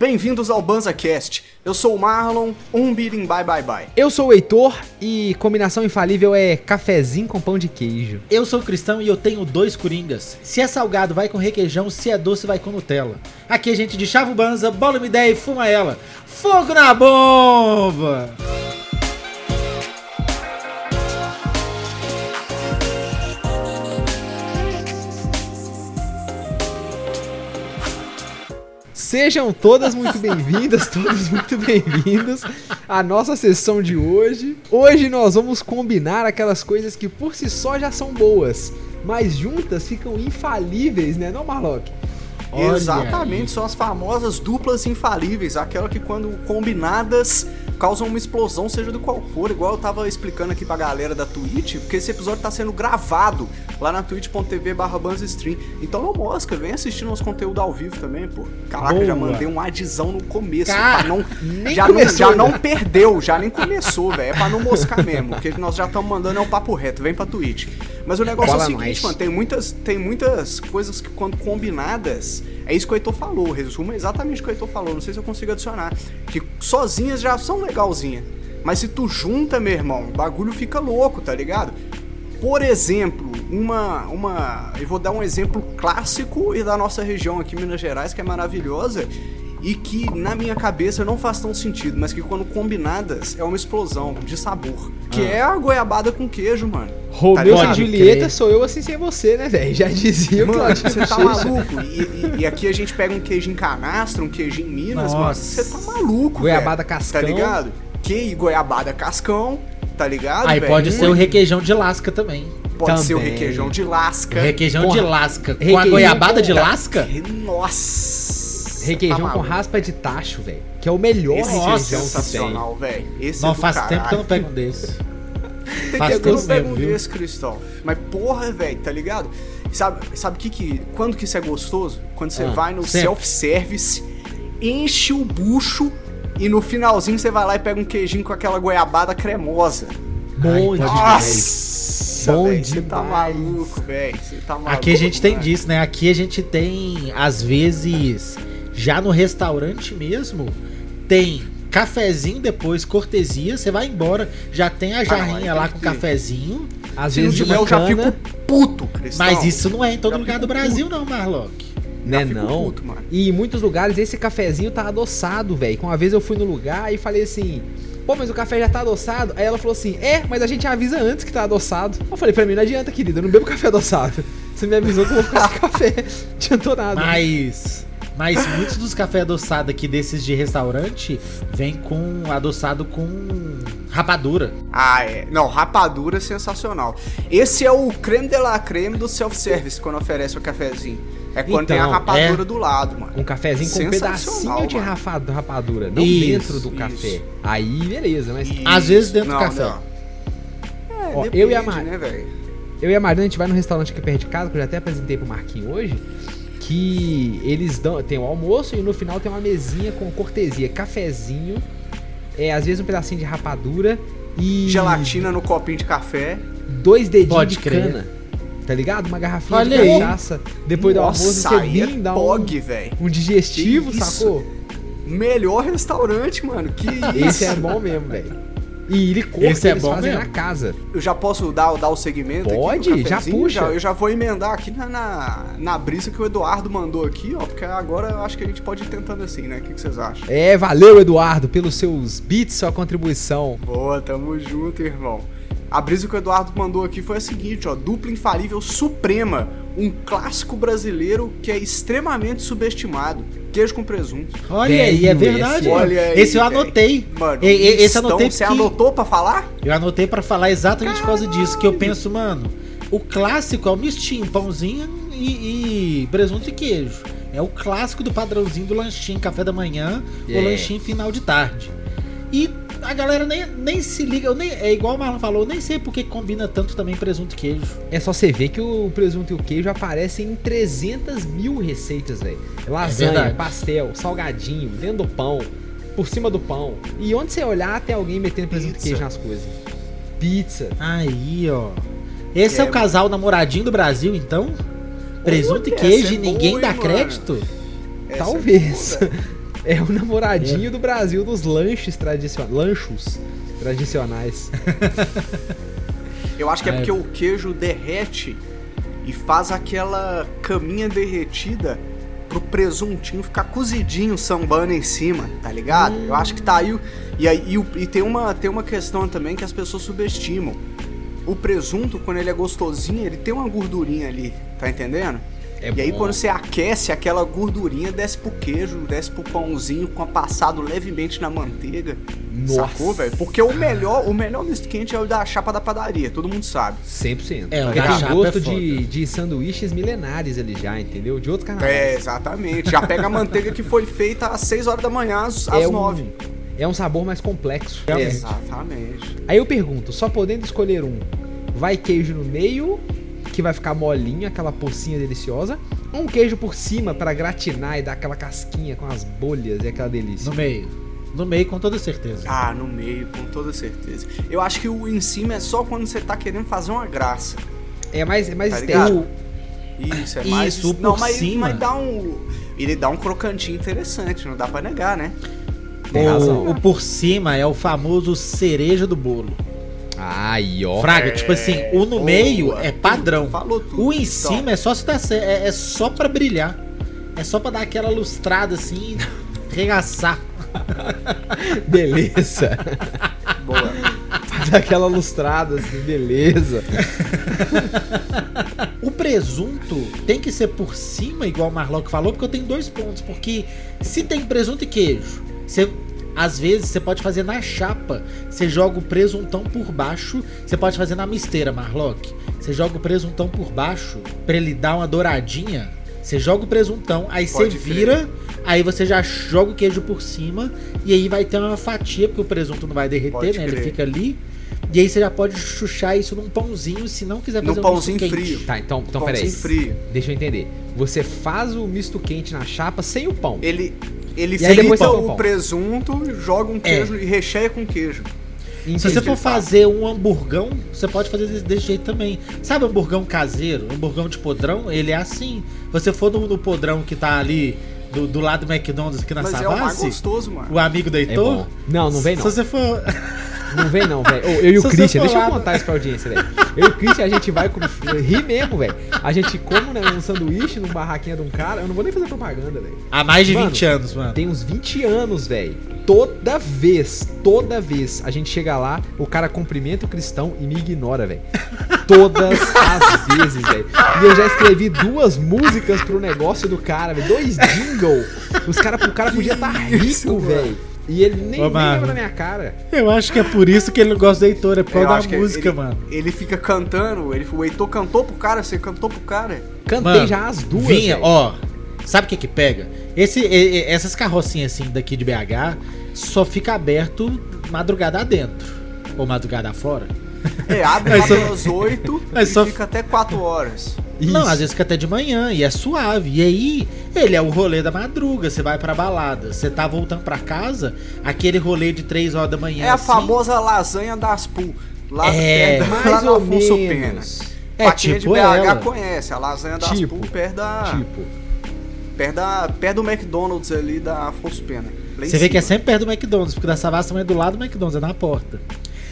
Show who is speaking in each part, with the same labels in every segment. Speaker 1: Bem-vindos ao BanzaCast. Eu sou o Marlon, um beating bye bye bye.
Speaker 2: Eu sou o Heitor e combinação infalível é cafezinho com pão de queijo.
Speaker 3: Eu sou cristão e eu tenho dois coringas. Se é salgado, vai com requeijão, se é doce, vai com Nutella. Aqui a gente de chava o banza, bola uma ideia e fuma ela. Fogo na bomba!
Speaker 2: Sejam todas muito bem-vindas, todos muito bem-vindos à nossa sessão de hoje. Hoje nós vamos combinar aquelas coisas que por si só já são boas, mas juntas ficam infalíveis, né, não, Marlock?
Speaker 3: Olha
Speaker 1: Exatamente,
Speaker 3: aí.
Speaker 1: são as famosas duplas infalíveis, aquela que quando combinadas causam uma explosão, seja do qual for. Igual eu tava explicando aqui pra galera da Twitch, porque esse episódio tá sendo gravado lá na twitch.tv barra banzestream. Então não mosca, vem assistir nosso conteúdo ao vivo também, pô. Caraca, já
Speaker 3: Boa.
Speaker 1: mandei um adizão no começo,
Speaker 3: Cara,
Speaker 1: pra não
Speaker 2: Nem
Speaker 1: já, não,
Speaker 2: começou
Speaker 1: já
Speaker 2: ainda.
Speaker 1: não perdeu, já nem começou, velho. É pra não moscar mesmo. Porque nós já estamos mandando é um papo reto, vem pra Twitch. Mas o negócio é
Speaker 2: Fala
Speaker 1: o seguinte,
Speaker 2: mais.
Speaker 1: mano, tem muitas, tem muitas coisas que quando combinadas, é isso que o Heitor falou, o resumo é exatamente o que o Heitor falou, não sei se eu consigo adicionar, que sozinhas já são legalzinhas. Mas se tu junta, meu irmão, o bagulho fica louco, tá ligado? Por exemplo, uma, uma. Eu vou dar um exemplo clássico e da nossa região aqui, Minas Gerais, que é maravilhosa e que na minha cabeça não faz tão sentido, mas que quando combinadas é uma explosão de sabor. Que é a goiabada com queijo, mano.
Speaker 2: Romeu
Speaker 1: Tá
Speaker 2: e
Speaker 1: ligado?
Speaker 2: Julieta
Speaker 3: crer.
Speaker 2: sou eu assim sem você, né, velho? Já dizia o
Speaker 1: Mano,
Speaker 2: Claudinho
Speaker 1: você tá
Speaker 2: Bochecha.
Speaker 1: maluco. E, e- e aqui a gente pega um queijo em canastra, um queijo em Minas, mano.
Speaker 3: Nossa.
Speaker 1: Você tá maluco,
Speaker 2: Goiabada
Speaker 1: velho.
Speaker 2: cascão.
Speaker 1: Tá ligado? Que goiabada cascão, tá ligado?
Speaker 3: Aí
Speaker 1: velho?
Speaker 3: pode ser o requeijão de lasca também.
Speaker 1: Pode ser o
Speaker 2: também.
Speaker 1: requeijão de lasca.
Speaker 3: Requeijão
Speaker 2: Porra.
Speaker 3: de lasca. Com a
Speaker 2: Requeijão
Speaker 3: goiabada de
Speaker 2: com-
Speaker 3: lasca?
Speaker 1: Nossa.
Speaker 2: Requeijão
Speaker 1: tá
Speaker 2: com
Speaker 1: maluco.
Speaker 2: raspa de tacho, velho. Que é o melhor
Speaker 1: Esse é
Speaker 3: Nossa,
Speaker 2: requeijão que tem.
Speaker 1: sensacional, velho. Esse é
Speaker 3: Não,
Speaker 1: do
Speaker 3: faz
Speaker 1: caralho.
Speaker 3: tempo que eu não pego um desse.
Speaker 1: Tem
Speaker 3: Faz
Speaker 1: tempo que eu não
Speaker 3: tempo,
Speaker 1: pego um
Speaker 3: viu?
Speaker 1: desse, Cristão. Mas porra, velho, tá ligado? Sabe sabe o que que... Quando que isso é gostoso? Quando você
Speaker 3: Ah,
Speaker 1: vai no
Speaker 3: sempre.
Speaker 1: self-service, enche o bucho e no finalzinho você vai lá e pega um queijinho com aquela goiabada cremosa.
Speaker 2: Bom
Speaker 3: Ai, pode
Speaker 2: demais.
Speaker 1: Nossa,
Speaker 2: Bom
Speaker 1: velho, você tá
Speaker 2: demais.
Speaker 1: maluco, velho. Você tá maluco.
Speaker 3: Aqui a gente tem
Speaker 1: demais.
Speaker 3: disso, né? Aqui a gente tem, às vezes, já no restaurante mesmo, tem cafezinho depois, cortesia, você vai embora, já tem a
Speaker 1: mas
Speaker 3: jarrinha
Speaker 1: Ah, tem
Speaker 3: lá
Speaker 1: que
Speaker 3: com
Speaker 1: ter.
Speaker 3: cafezinho.
Speaker 2: Às
Speaker 1: Se não
Speaker 2: vezes de
Speaker 1: tiver, eu já
Speaker 2: bacana,
Speaker 1: fico puto, Cristão.
Speaker 3: Mas isso é não é em todo
Speaker 1: Já
Speaker 3: lugar
Speaker 1: fico
Speaker 3: do Brasil, não, Marlock.
Speaker 2: né,
Speaker 1: fico
Speaker 2: não?
Speaker 1: puto, mano.
Speaker 2: E em muitos lugares esse cafezinho tá adoçado, velho. Que Uma vez eu fui no lugar e falei assim: pô, mas o café já tá adoçado? Aí ela falou assim: é, mas a gente avisa antes que tá adoçado. Eu falei: pra mim não adianta, querido, eu não bebo café adoçado. Você me avisou que eu vou ficar sem café. Não adiantou nada.
Speaker 3: Mas. Mas muitos dos cafés adoçados aqui desses de restaurante vem com adoçado com rapadura.
Speaker 1: Ah, é. Não, rapadura é sensacional. Esse é o creme de la creme do self-service quando oferece o cafezinho. É quando tem a
Speaker 2: Então,
Speaker 1: rapadura do lado, mano.
Speaker 2: Um cafezinho com um
Speaker 1: Sensacional,
Speaker 2: pedacinho de
Speaker 1: mano.
Speaker 2: rafa- rapadura, não
Speaker 3: Isso,
Speaker 2: dentro do
Speaker 1: isso.
Speaker 2: café. Aí, beleza, mas
Speaker 3: às vezes dentro do café.
Speaker 1: É,
Speaker 2: Ó,
Speaker 1: depende,
Speaker 2: eu e a Mari.
Speaker 1: né, velho?
Speaker 2: Eu e a Marina, a gente vai num restaurante aqui perto de casa, que eu já até apresentei pro Marquinhos hoje, que eles dão, tem o almoço e no final tem uma mesinha com cortesia, cafezinho, é, às vezes um pedacinho de rapadura e
Speaker 1: Gelatina no copinho de café.
Speaker 2: dois dedinhos
Speaker 3: Pode
Speaker 2: de
Speaker 3: crer.
Speaker 2: cana. Tá ligado? Uma garrafinha
Speaker 3: Olha
Speaker 2: de
Speaker 3: aí.
Speaker 2: cachaça. Depois do almoço
Speaker 1: Nossa,
Speaker 2: você
Speaker 1: aí é
Speaker 2: vem dá um,
Speaker 1: POG, velho.
Speaker 2: um digestivo,
Speaker 1: Que isso?
Speaker 2: sacou?
Speaker 1: Melhor restaurante, mano. Que isso.
Speaker 2: Esse é bom mesmo, velho. E ele corta,
Speaker 3: Esse é
Speaker 2: eles
Speaker 3: bom
Speaker 2: fazem
Speaker 3: mesmo.
Speaker 2: na casa.
Speaker 1: Eu já posso dar, dar o segmento
Speaker 2: Pode,
Speaker 1: aqui? do
Speaker 2: já
Speaker 1: cafezinho?
Speaker 2: puxa.
Speaker 1: eu já vou emendar aqui na, na, na brisa que o Eduardo mandou aqui, ó. Porque agora eu acho que a gente pode ir tentando assim, né? O que que vocês acham?
Speaker 2: É, valeu, Eduardo, pelos seus beats, sua contribuição.
Speaker 1: Boa, tamo junto, irmão. A brisa que o Eduardo mandou aqui foi a seguinte, ó, dupla infalível suprema, um clássico brasileiro que é extremamente subestimado, queijo com presunto.
Speaker 3: Olha aí, é
Speaker 2: Velho,
Speaker 3: verdade.
Speaker 2: esse-
Speaker 1: Olha aí,
Speaker 3: esse eu
Speaker 1: velho.
Speaker 3: anotei.
Speaker 1: Mano,
Speaker 3: E- e- esse eu
Speaker 1: então,
Speaker 3: anotei
Speaker 1: você
Speaker 3: porque-
Speaker 1: anotou pra falar?
Speaker 3: Eu anotei pra falar exatamente por causa disso, que eu penso, mano, o clássico é o mistinho, pãozinho e, e presunto e queijo. É o clássico do padrãozinho do lanchinho, café da manhã
Speaker 2: É.
Speaker 3: ou lanchinho final de tarde. E a galera nem, nem se liga, eu nem, é igual o Marlon falou, eu nem sei porque combina tanto também presunto e queijo.
Speaker 2: É só você ver que o presunto e o queijo aparecem em 300 mil receitas, velho. Lasanha,
Speaker 3: verdade.
Speaker 2: pastel, salgadinho, dentro do pão, por cima do pão. E onde você olhar, tem alguém metendo presunto e
Speaker 1: Pizza.
Speaker 2: queijo nas coisas. Pizza.
Speaker 3: Aí, ó. Esse é,
Speaker 1: É,
Speaker 3: o casal namoradinho do Brasil, então? Presunto
Speaker 1: Olha,
Speaker 3: e queijo
Speaker 1: essa é
Speaker 3: e ninguém
Speaker 1: boa,
Speaker 3: dá
Speaker 1: hein, mano?
Speaker 3: crédito?
Speaker 1: Essa é
Speaker 2: Talvez.
Speaker 1: boa, velho.
Speaker 2: É o namoradinho do Brasil dos lanches tradicionais. Lanchos tradicionais.
Speaker 1: Eu acho que é
Speaker 3: Ah, é.
Speaker 1: porque o queijo derrete e faz aquela caminha derretida pro presuntinho ficar cozidinho, sambando em cima, tá ligado? Eu acho que tá aí. o- E, aí, e, o- e tem, uma, tem uma questão também que as pessoas subestimam. O presunto, quando ele é gostosinho, ele tem uma gordurinha ali, tá entendendo?
Speaker 2: É
Speaker 1: e aí
Speaker 2: bom.
Speaker 1: quando você aquece, aquela gordurinha desce pro queijo, desce pro pãozinho, com a passado levemente na manteiga.
Speaker 2: Nossa.
Speaker 1: Sacou, velho? Porque o melhor, o melhor misto quente é o da chapa da padaria, todo mundo sabe.
Speaker 2: 100%.
Speaker 3: É, o
Speaker 2: Aquele
Speaker 3: da chapa é
Speaker 2: gosto
Speaker 3: foda.
Speaker 2: de, de sanduíches milenares ali já, entendeu? De outro
Speaker 3: Ah,
Speaker 2: carnaval.
Speaker 1: É, exatamente. Já pega a manteiga que foi feita às 6 horas da manhã, às, às
Speaker 2: É um-
Speaker 1: 9.
Speaker 2: É um sabor mais complexo.
Speaker 3: Realmente.
Speaker 2: É.
Speaker 1: Exatamente.
Speaker 2: Aí eu pergunto, só podendo escolher um, vai queijo no meio, que vai ficar molinho, aquela pocinha deliciosa, ou um queijo por cima pra gratinar e dar aquela casquinha com as bolhas e aquela delícia?
Speaker 3: No meio. No meio, com toda certeza.
Speaker 1: Ah, no meio, com toda certeza. Eu acho que o em cima é só quando você tá querendo fazer uma graça.
Speaker 2: É mais, é mais
Speaker 1: Tá
Speaker 2: estético.
Speaker 1: ligado? Isso, é
Speaker 3: Isso,
Speaker 1: mais.
Speaker 3: por
Speaker 1: não, mas,
Speaker 3: cima.
Speaker 1: mas dá um. Ele dá um crocantinho interessante, não dá pra negar, né?
Speaker 2: Tem razão.
Speaker 3: O, o por cima é o famoso cereja do bolo.
Speaker 2: Aí, ó.
Speaker 3: Fraga, tipo assim, o no
Speaker 1: Boa,
Speaker 3: meio é padrão.
Speaker 1: tudo, Falou tudo.
Speaker 3: O em
Speaker 1: Então,
Speaker 3: cima é só se dar certo, é, é só pra brilhar. É só pra dar aquela lustrada assim e regaçar.
Speaker 2: Beleza.
Speaker 1: Boa.
Speaker 3: Então,
Speaker 2: Dá aquela lustrada assim, beleza.
Speaker 3: O presunto tem que ser por cima, igual o Marlock falou, porque eu tenho dois pontos. Porque se tem presunto e queijo, você- às vezes você pode fazer na chapa. Você joga o presuntão por baixo. Você pode fazer na misteira, Marlock. Você joga o presuntão por baixo pra ele dar uma douradinha. Você joga o presuntão, aí
Speaker 1: Pode
Speaker 3: você
Speaker 1: crer.
Speaker 3: vira, aí você já joga o queijo por cima e aí vai ter uma fatia porque o presunto não vai derreter,
Speaker 1: Pode
Speaker 3: né? Ele
Speaker 1: crer.
Speaker 3: fica ali. E aí você já pode chuchar isso num pãozinho, se não quiser
Speaker 1: Num
Speaker 3: fazer um misto
Speaker 1: pãozinho
Speaker 3: quente.
Speaker 1: frio.
Speaker 2: Tá, então, então
Speaker 1: Pãozinho
Speaker 2: peraí.
Speaker 1: frio.
Speaker 2: Deixa eu entender. Você faz o misto quente na chapa sem o pão.
Speaker 1: Ele, ele
Speaker 2: E aí
Speaker 1: frita
Speaker 2: depois põe o
Speaker 1: o
Speaker 2: pão.
Speaker 1: presunto, joga
Speaker 3: É.
Speaker 1: um queijo e recheia com queijo.
Speaker 3: Se você
Speaker 2: Entendi.
Speaker 3: for fazer um hamburgão, você pode fazer desse, desse jeito também. Sabe hamburgão caseiro? Hamburgão de podrão, ele é assim. Você for no, no podrão que tá ali do, do lado do McDonald's aqui na
Speaker 1: Mas é o mais
Speaker 3: Savassi,
Speaker 1: gostoso, mano.
Speaker 3: o amigo do
Speaker 2: É
Speaker 3: Heitor.
Speaker 2: bom. Não, não vem não.
Speaker 3: Se você for.
Speaker 2: Não vem não, velho. Ô, Eu e o
Speaker 3: Se você
Speaker 2: Christian,
Speaker 3: for
Speaker 2: deixa eu
Speaker 3: lá-
Speaker 2: contar isso pra audiência, velho. Eu e o Christian, a gente vai com... Ri mesmo, velho. A gente come né, um sanduíche num barraquinha de um cara. Eu não vou nem fazer propaganda, velho.
Speaker 3: Há mais de
Speaker 2: Mano,
Speaker 3: 20 anos, mano.
Speaker 2: Tem uns 20 anos, velho. Toda vez, toda vez a gente chega lá, o cara cumprimenta o cristão e me ignora, velho. Todas as vezes, velho. E eu já escrevi duas músicas pro negócio do cara, velho. Dois jingle. Os cara, o cara podia estar tá rico, velho. E ele nem, nem
Speaker 3: Ô,
Speaker 2: lembra
Speaker 3: Marlon.
Speaker 2: na minha cara.
Speaker 3: Eu acho que é por isso que ele não gosta do Heitor, é por
Speaker 1: Eu
Speaker 3: causa
Speaker 1: acho que
Speaker 3: da música,
Speaker 1: ele,
Speaker 3: mano.
Speaker 1: Ele fica cantando, ele, o Heitor cantou pro cara, você cantou pro cara.
Speaker 2: Cantei
Speaker 3: Mano,
Speaker 2: já as duas.
Speaker 3: Vinha,
Speaker 2: velho.
Speaker 3: ó. Sabe o que que pega? Esse, e- e- essas carrocinhas assim daqui de BH só fica aberto madrugada dentro. Ou madrugada fora.
Speaker 1: É, abre lá
Speaker 3: Mas só-
Speaker 1: pelas 8 e
Speaker 3: Mas só-
Speaker 1: fica até 4 horas.
Speaker 3: Não,
Speaker 2: Isso.
Speaker 3: às vezes fica até de manhã e é suave. E aí, ele é o rolê da madruga, você vai pra balada, você tá voltando pra casa, aquele rolê de 3 horas da manhã.
Speaker 1: É a
Speaker 3: assim,
Speaker 1: famosa lasanha das Pu. Lá,
Speaker 3: É,
Speaker 1: perto- lá
Speaker 2: mais
Speaker 1: no
Speaker 2: ou
Speaker 1: Afonso Pena.
Speaker 2: menos.
Speaker 3: É,
Speaker 1: Pra quem é de
Speaker 3: tipo
Speaker 1: BH
Speaker 3: ela.
Speaker 1: conhece, a lasanha das
Speaker 2: Tipo,
Speaker 1: Pu perto, da,
Speaker 2: Tipo,
Speaker 1: perto, da, perto do McDonald's ali da Afonso Pena. Lá em
Speaker 3: Você vê que é
Speaker 1: cima.
Speaker 3: sempre perto do McDonald's, porque da Savassi também é do lado do McDonald's, é na porta.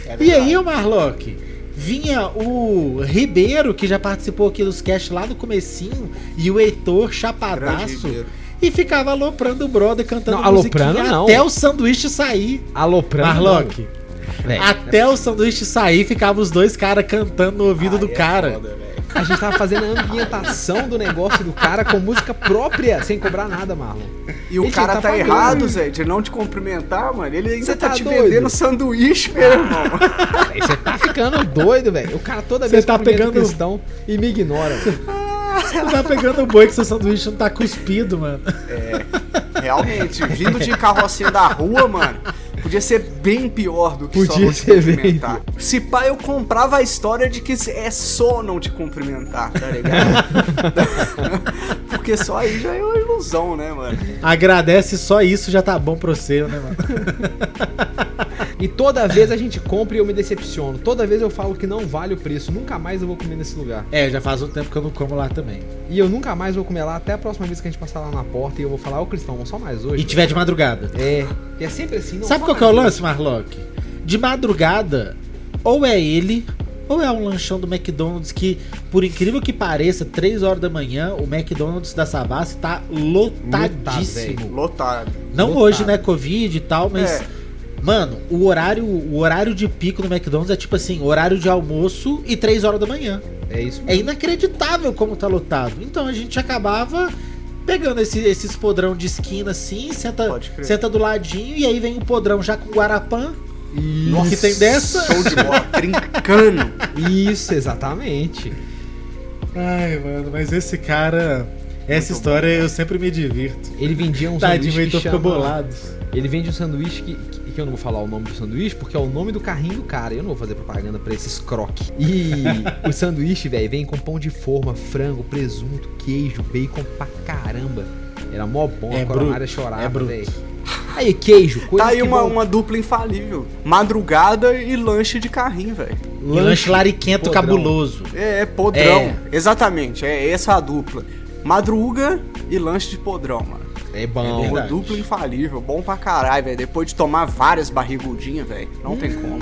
Speaker 1: É
Speaker 3: e aí,
Speaker 1: verdade.
Speaker 3: o Marlock, vinha o Ribeiro, que já participou aqui dos cast lá no comecinho, e o Heitor
Speaker 1: Grande
Speaker 3: Chapadaço,
Speaker 1: Ribeiro.
Speaker 3: e ficava aloprando o brother, cantando
Speaker 2: Não, aloprando
Speaker 3: musiquinha
Speaker 2: não.
Speaker 3: até o sanduíche sair.
Speaker 2: aloprando.
Speaker 3: Marlock. Ah.
Speaker 2: não, velho.
Speaker 3: Até o sanduíche sair, ficava os dois caras cantando no ouvido do
Speaker 1: Aí é
Speaker 3: cara.
Speaker 1: foda, velho.
Speaker 2: A gente tava fazendo a ambientação do negócio do cara com música própria, sem cobrar nada, Marlon.
Speaker 1: E o
Speaker 2: Ele
Speaker 1: cara
Speaker 2: tá
Speaker 1: tá,
Speaker 2: pagando.
Speaker 1: errado, Zé, de não te cumprimentar, mano. Ele ainda
Speaker 2: Cê
Speaker 1: tá, Ah.
Speaker 2: tá
Speaker 1: te
Speaker 2: doido?
Speaker 1: vendendo sanduíche, meu irmão.
Speaker 2: Você tá ficando doido, velho. O cara toda
Speaker 3: Cê
Speaker 2: vez
Speaker 3: tá
Speaker 2: cumprimenta o
Speaker 3: pegando-
Speaker 2: cristão e me ignora. velho.
Speaker 3: Você tá pegando o boi que seu sanduíche não tá cuspido, mano.
Speaker 1: Realmente, vindo de carrocinha da rua, mano, podia ser bem pior do que só
Speaker 2: Podia
Speaker 1: não te
Speaker 2: ser bem
Speaker 1: cumprimentar. Se pá, eu comprava a história de que é só não te cumprimentar, tá ligado? Porque só aí já é uma ilusão, né, mano?
Speaker 3: Agradece só isso, já tá bom pra você, né, mano?
Speaker 2: E toda vez a gente compra e eu me decepciono. Toda vez eu falo que não vale o preço. Nunca mais eu vou comer nesse lugar.
Speaker 3: É, já faz um tempo que eu não como lá também.
Speaker 2: E eu nunca mais vou comer lá até a próxima vez que a gente passar lá na porta e eu vou falar, ô Cristão, vamos só mais hoje.
Speaker 3: E tiver de madrugada.
Speaker 2: É. E é sempre assim, não
Speaker 3: Sabe
Speaker 2: só
Speaker 3: qual que é o
Speaker 2: mais
Speaker 3: lance, Marlock? De madrugada, ou é ele, ou é um lanchão do McDonald's que, por incrível que pareça, 3 horas da manhã, o McDonald's da Savassi tá lotadíssimo.
Speaker 1: Lotado.
Speaker 3: Não
Speaker 2: Lotado.
Speaker 3: hoje, né? Covid e tal, mas.
Speaker 1: É.
Speaker 3: Mano, o horário, o horário de pico no McDonald's é tipo assim, horário de almoço e 3 horas da manhã.
Speaker 2: hoje. É isso.
Speaker 3: É
Speaker 2: mesmo.
Speaker 3: inacreditável como tá lotado. Então a gente acabava pegando esse, esses podrão de esquina assim, senta,
Speaker 1: Pode crer.
Speaker 3: senta do ladinho, e aí vem o podrão já com Guarapã.
Speaker 2: Isso.
Speaker 3: Nossa. que tem dessa?
Speaker 1: Show de bola, trincando.
Speaker 2: É Isso, exatamente.
Speaker 3: Ai, mano, mas esse cara.
Speaker 1: essa história
Speaker 3: eu sempre me divirto.
Speaker 2: Ele vendia um
Speaker 3: Tadinho,
Speaker 2: sanduíche
Speaker 3: então
Speaker 2: que
Speaker 3: ficou
Speaker 2: chama...
Speaker 3: bolado.
Speaker 2: Ele vende um sanduíche que, que- que eu não vou falar o nome do sanduíche, porque é o nome do carrinho do cara. Eu não vou fazer propaganda pra esses croque. E o sanduíche, velho, vem com pão de forma, frango, presunto, queijo, bacon pra caramba. Era mó bom,
Speaker 3: É
Speaker 2: a coronária
Speaker 3: bruto,
Speaker 1: Ah,
Speaker 3: é
Speaker 2: chorava,
Speaker 3: bruto.
Speaker 2: velho. Aí, queijo, coisa
Speaker 1: Tá aí
Speaker 2: que
Speaker 1: uma,
Speaker 2: vão-
Speaker 1: uma dupla infalível. Madrugada e lanche de carrinho, velho.
Speaker 3: Lanche, Lanche lariquento
Speaker 2: podrão.
Speaker 3: cabuloso.
Speaker 1: É, é podrão. Exatamente, é essa a dupla. Madruga e lanche de podrão, mano.
Speaker 2: É
Speaker 3: É
Speaker 2: bom.
Speaker 1: Uma
Speaker 3: verdade.
Speaker 1: dupla infalível, bom pra caralho, velho. Depois de tomar várias barrigudinhas, velho, não tem como.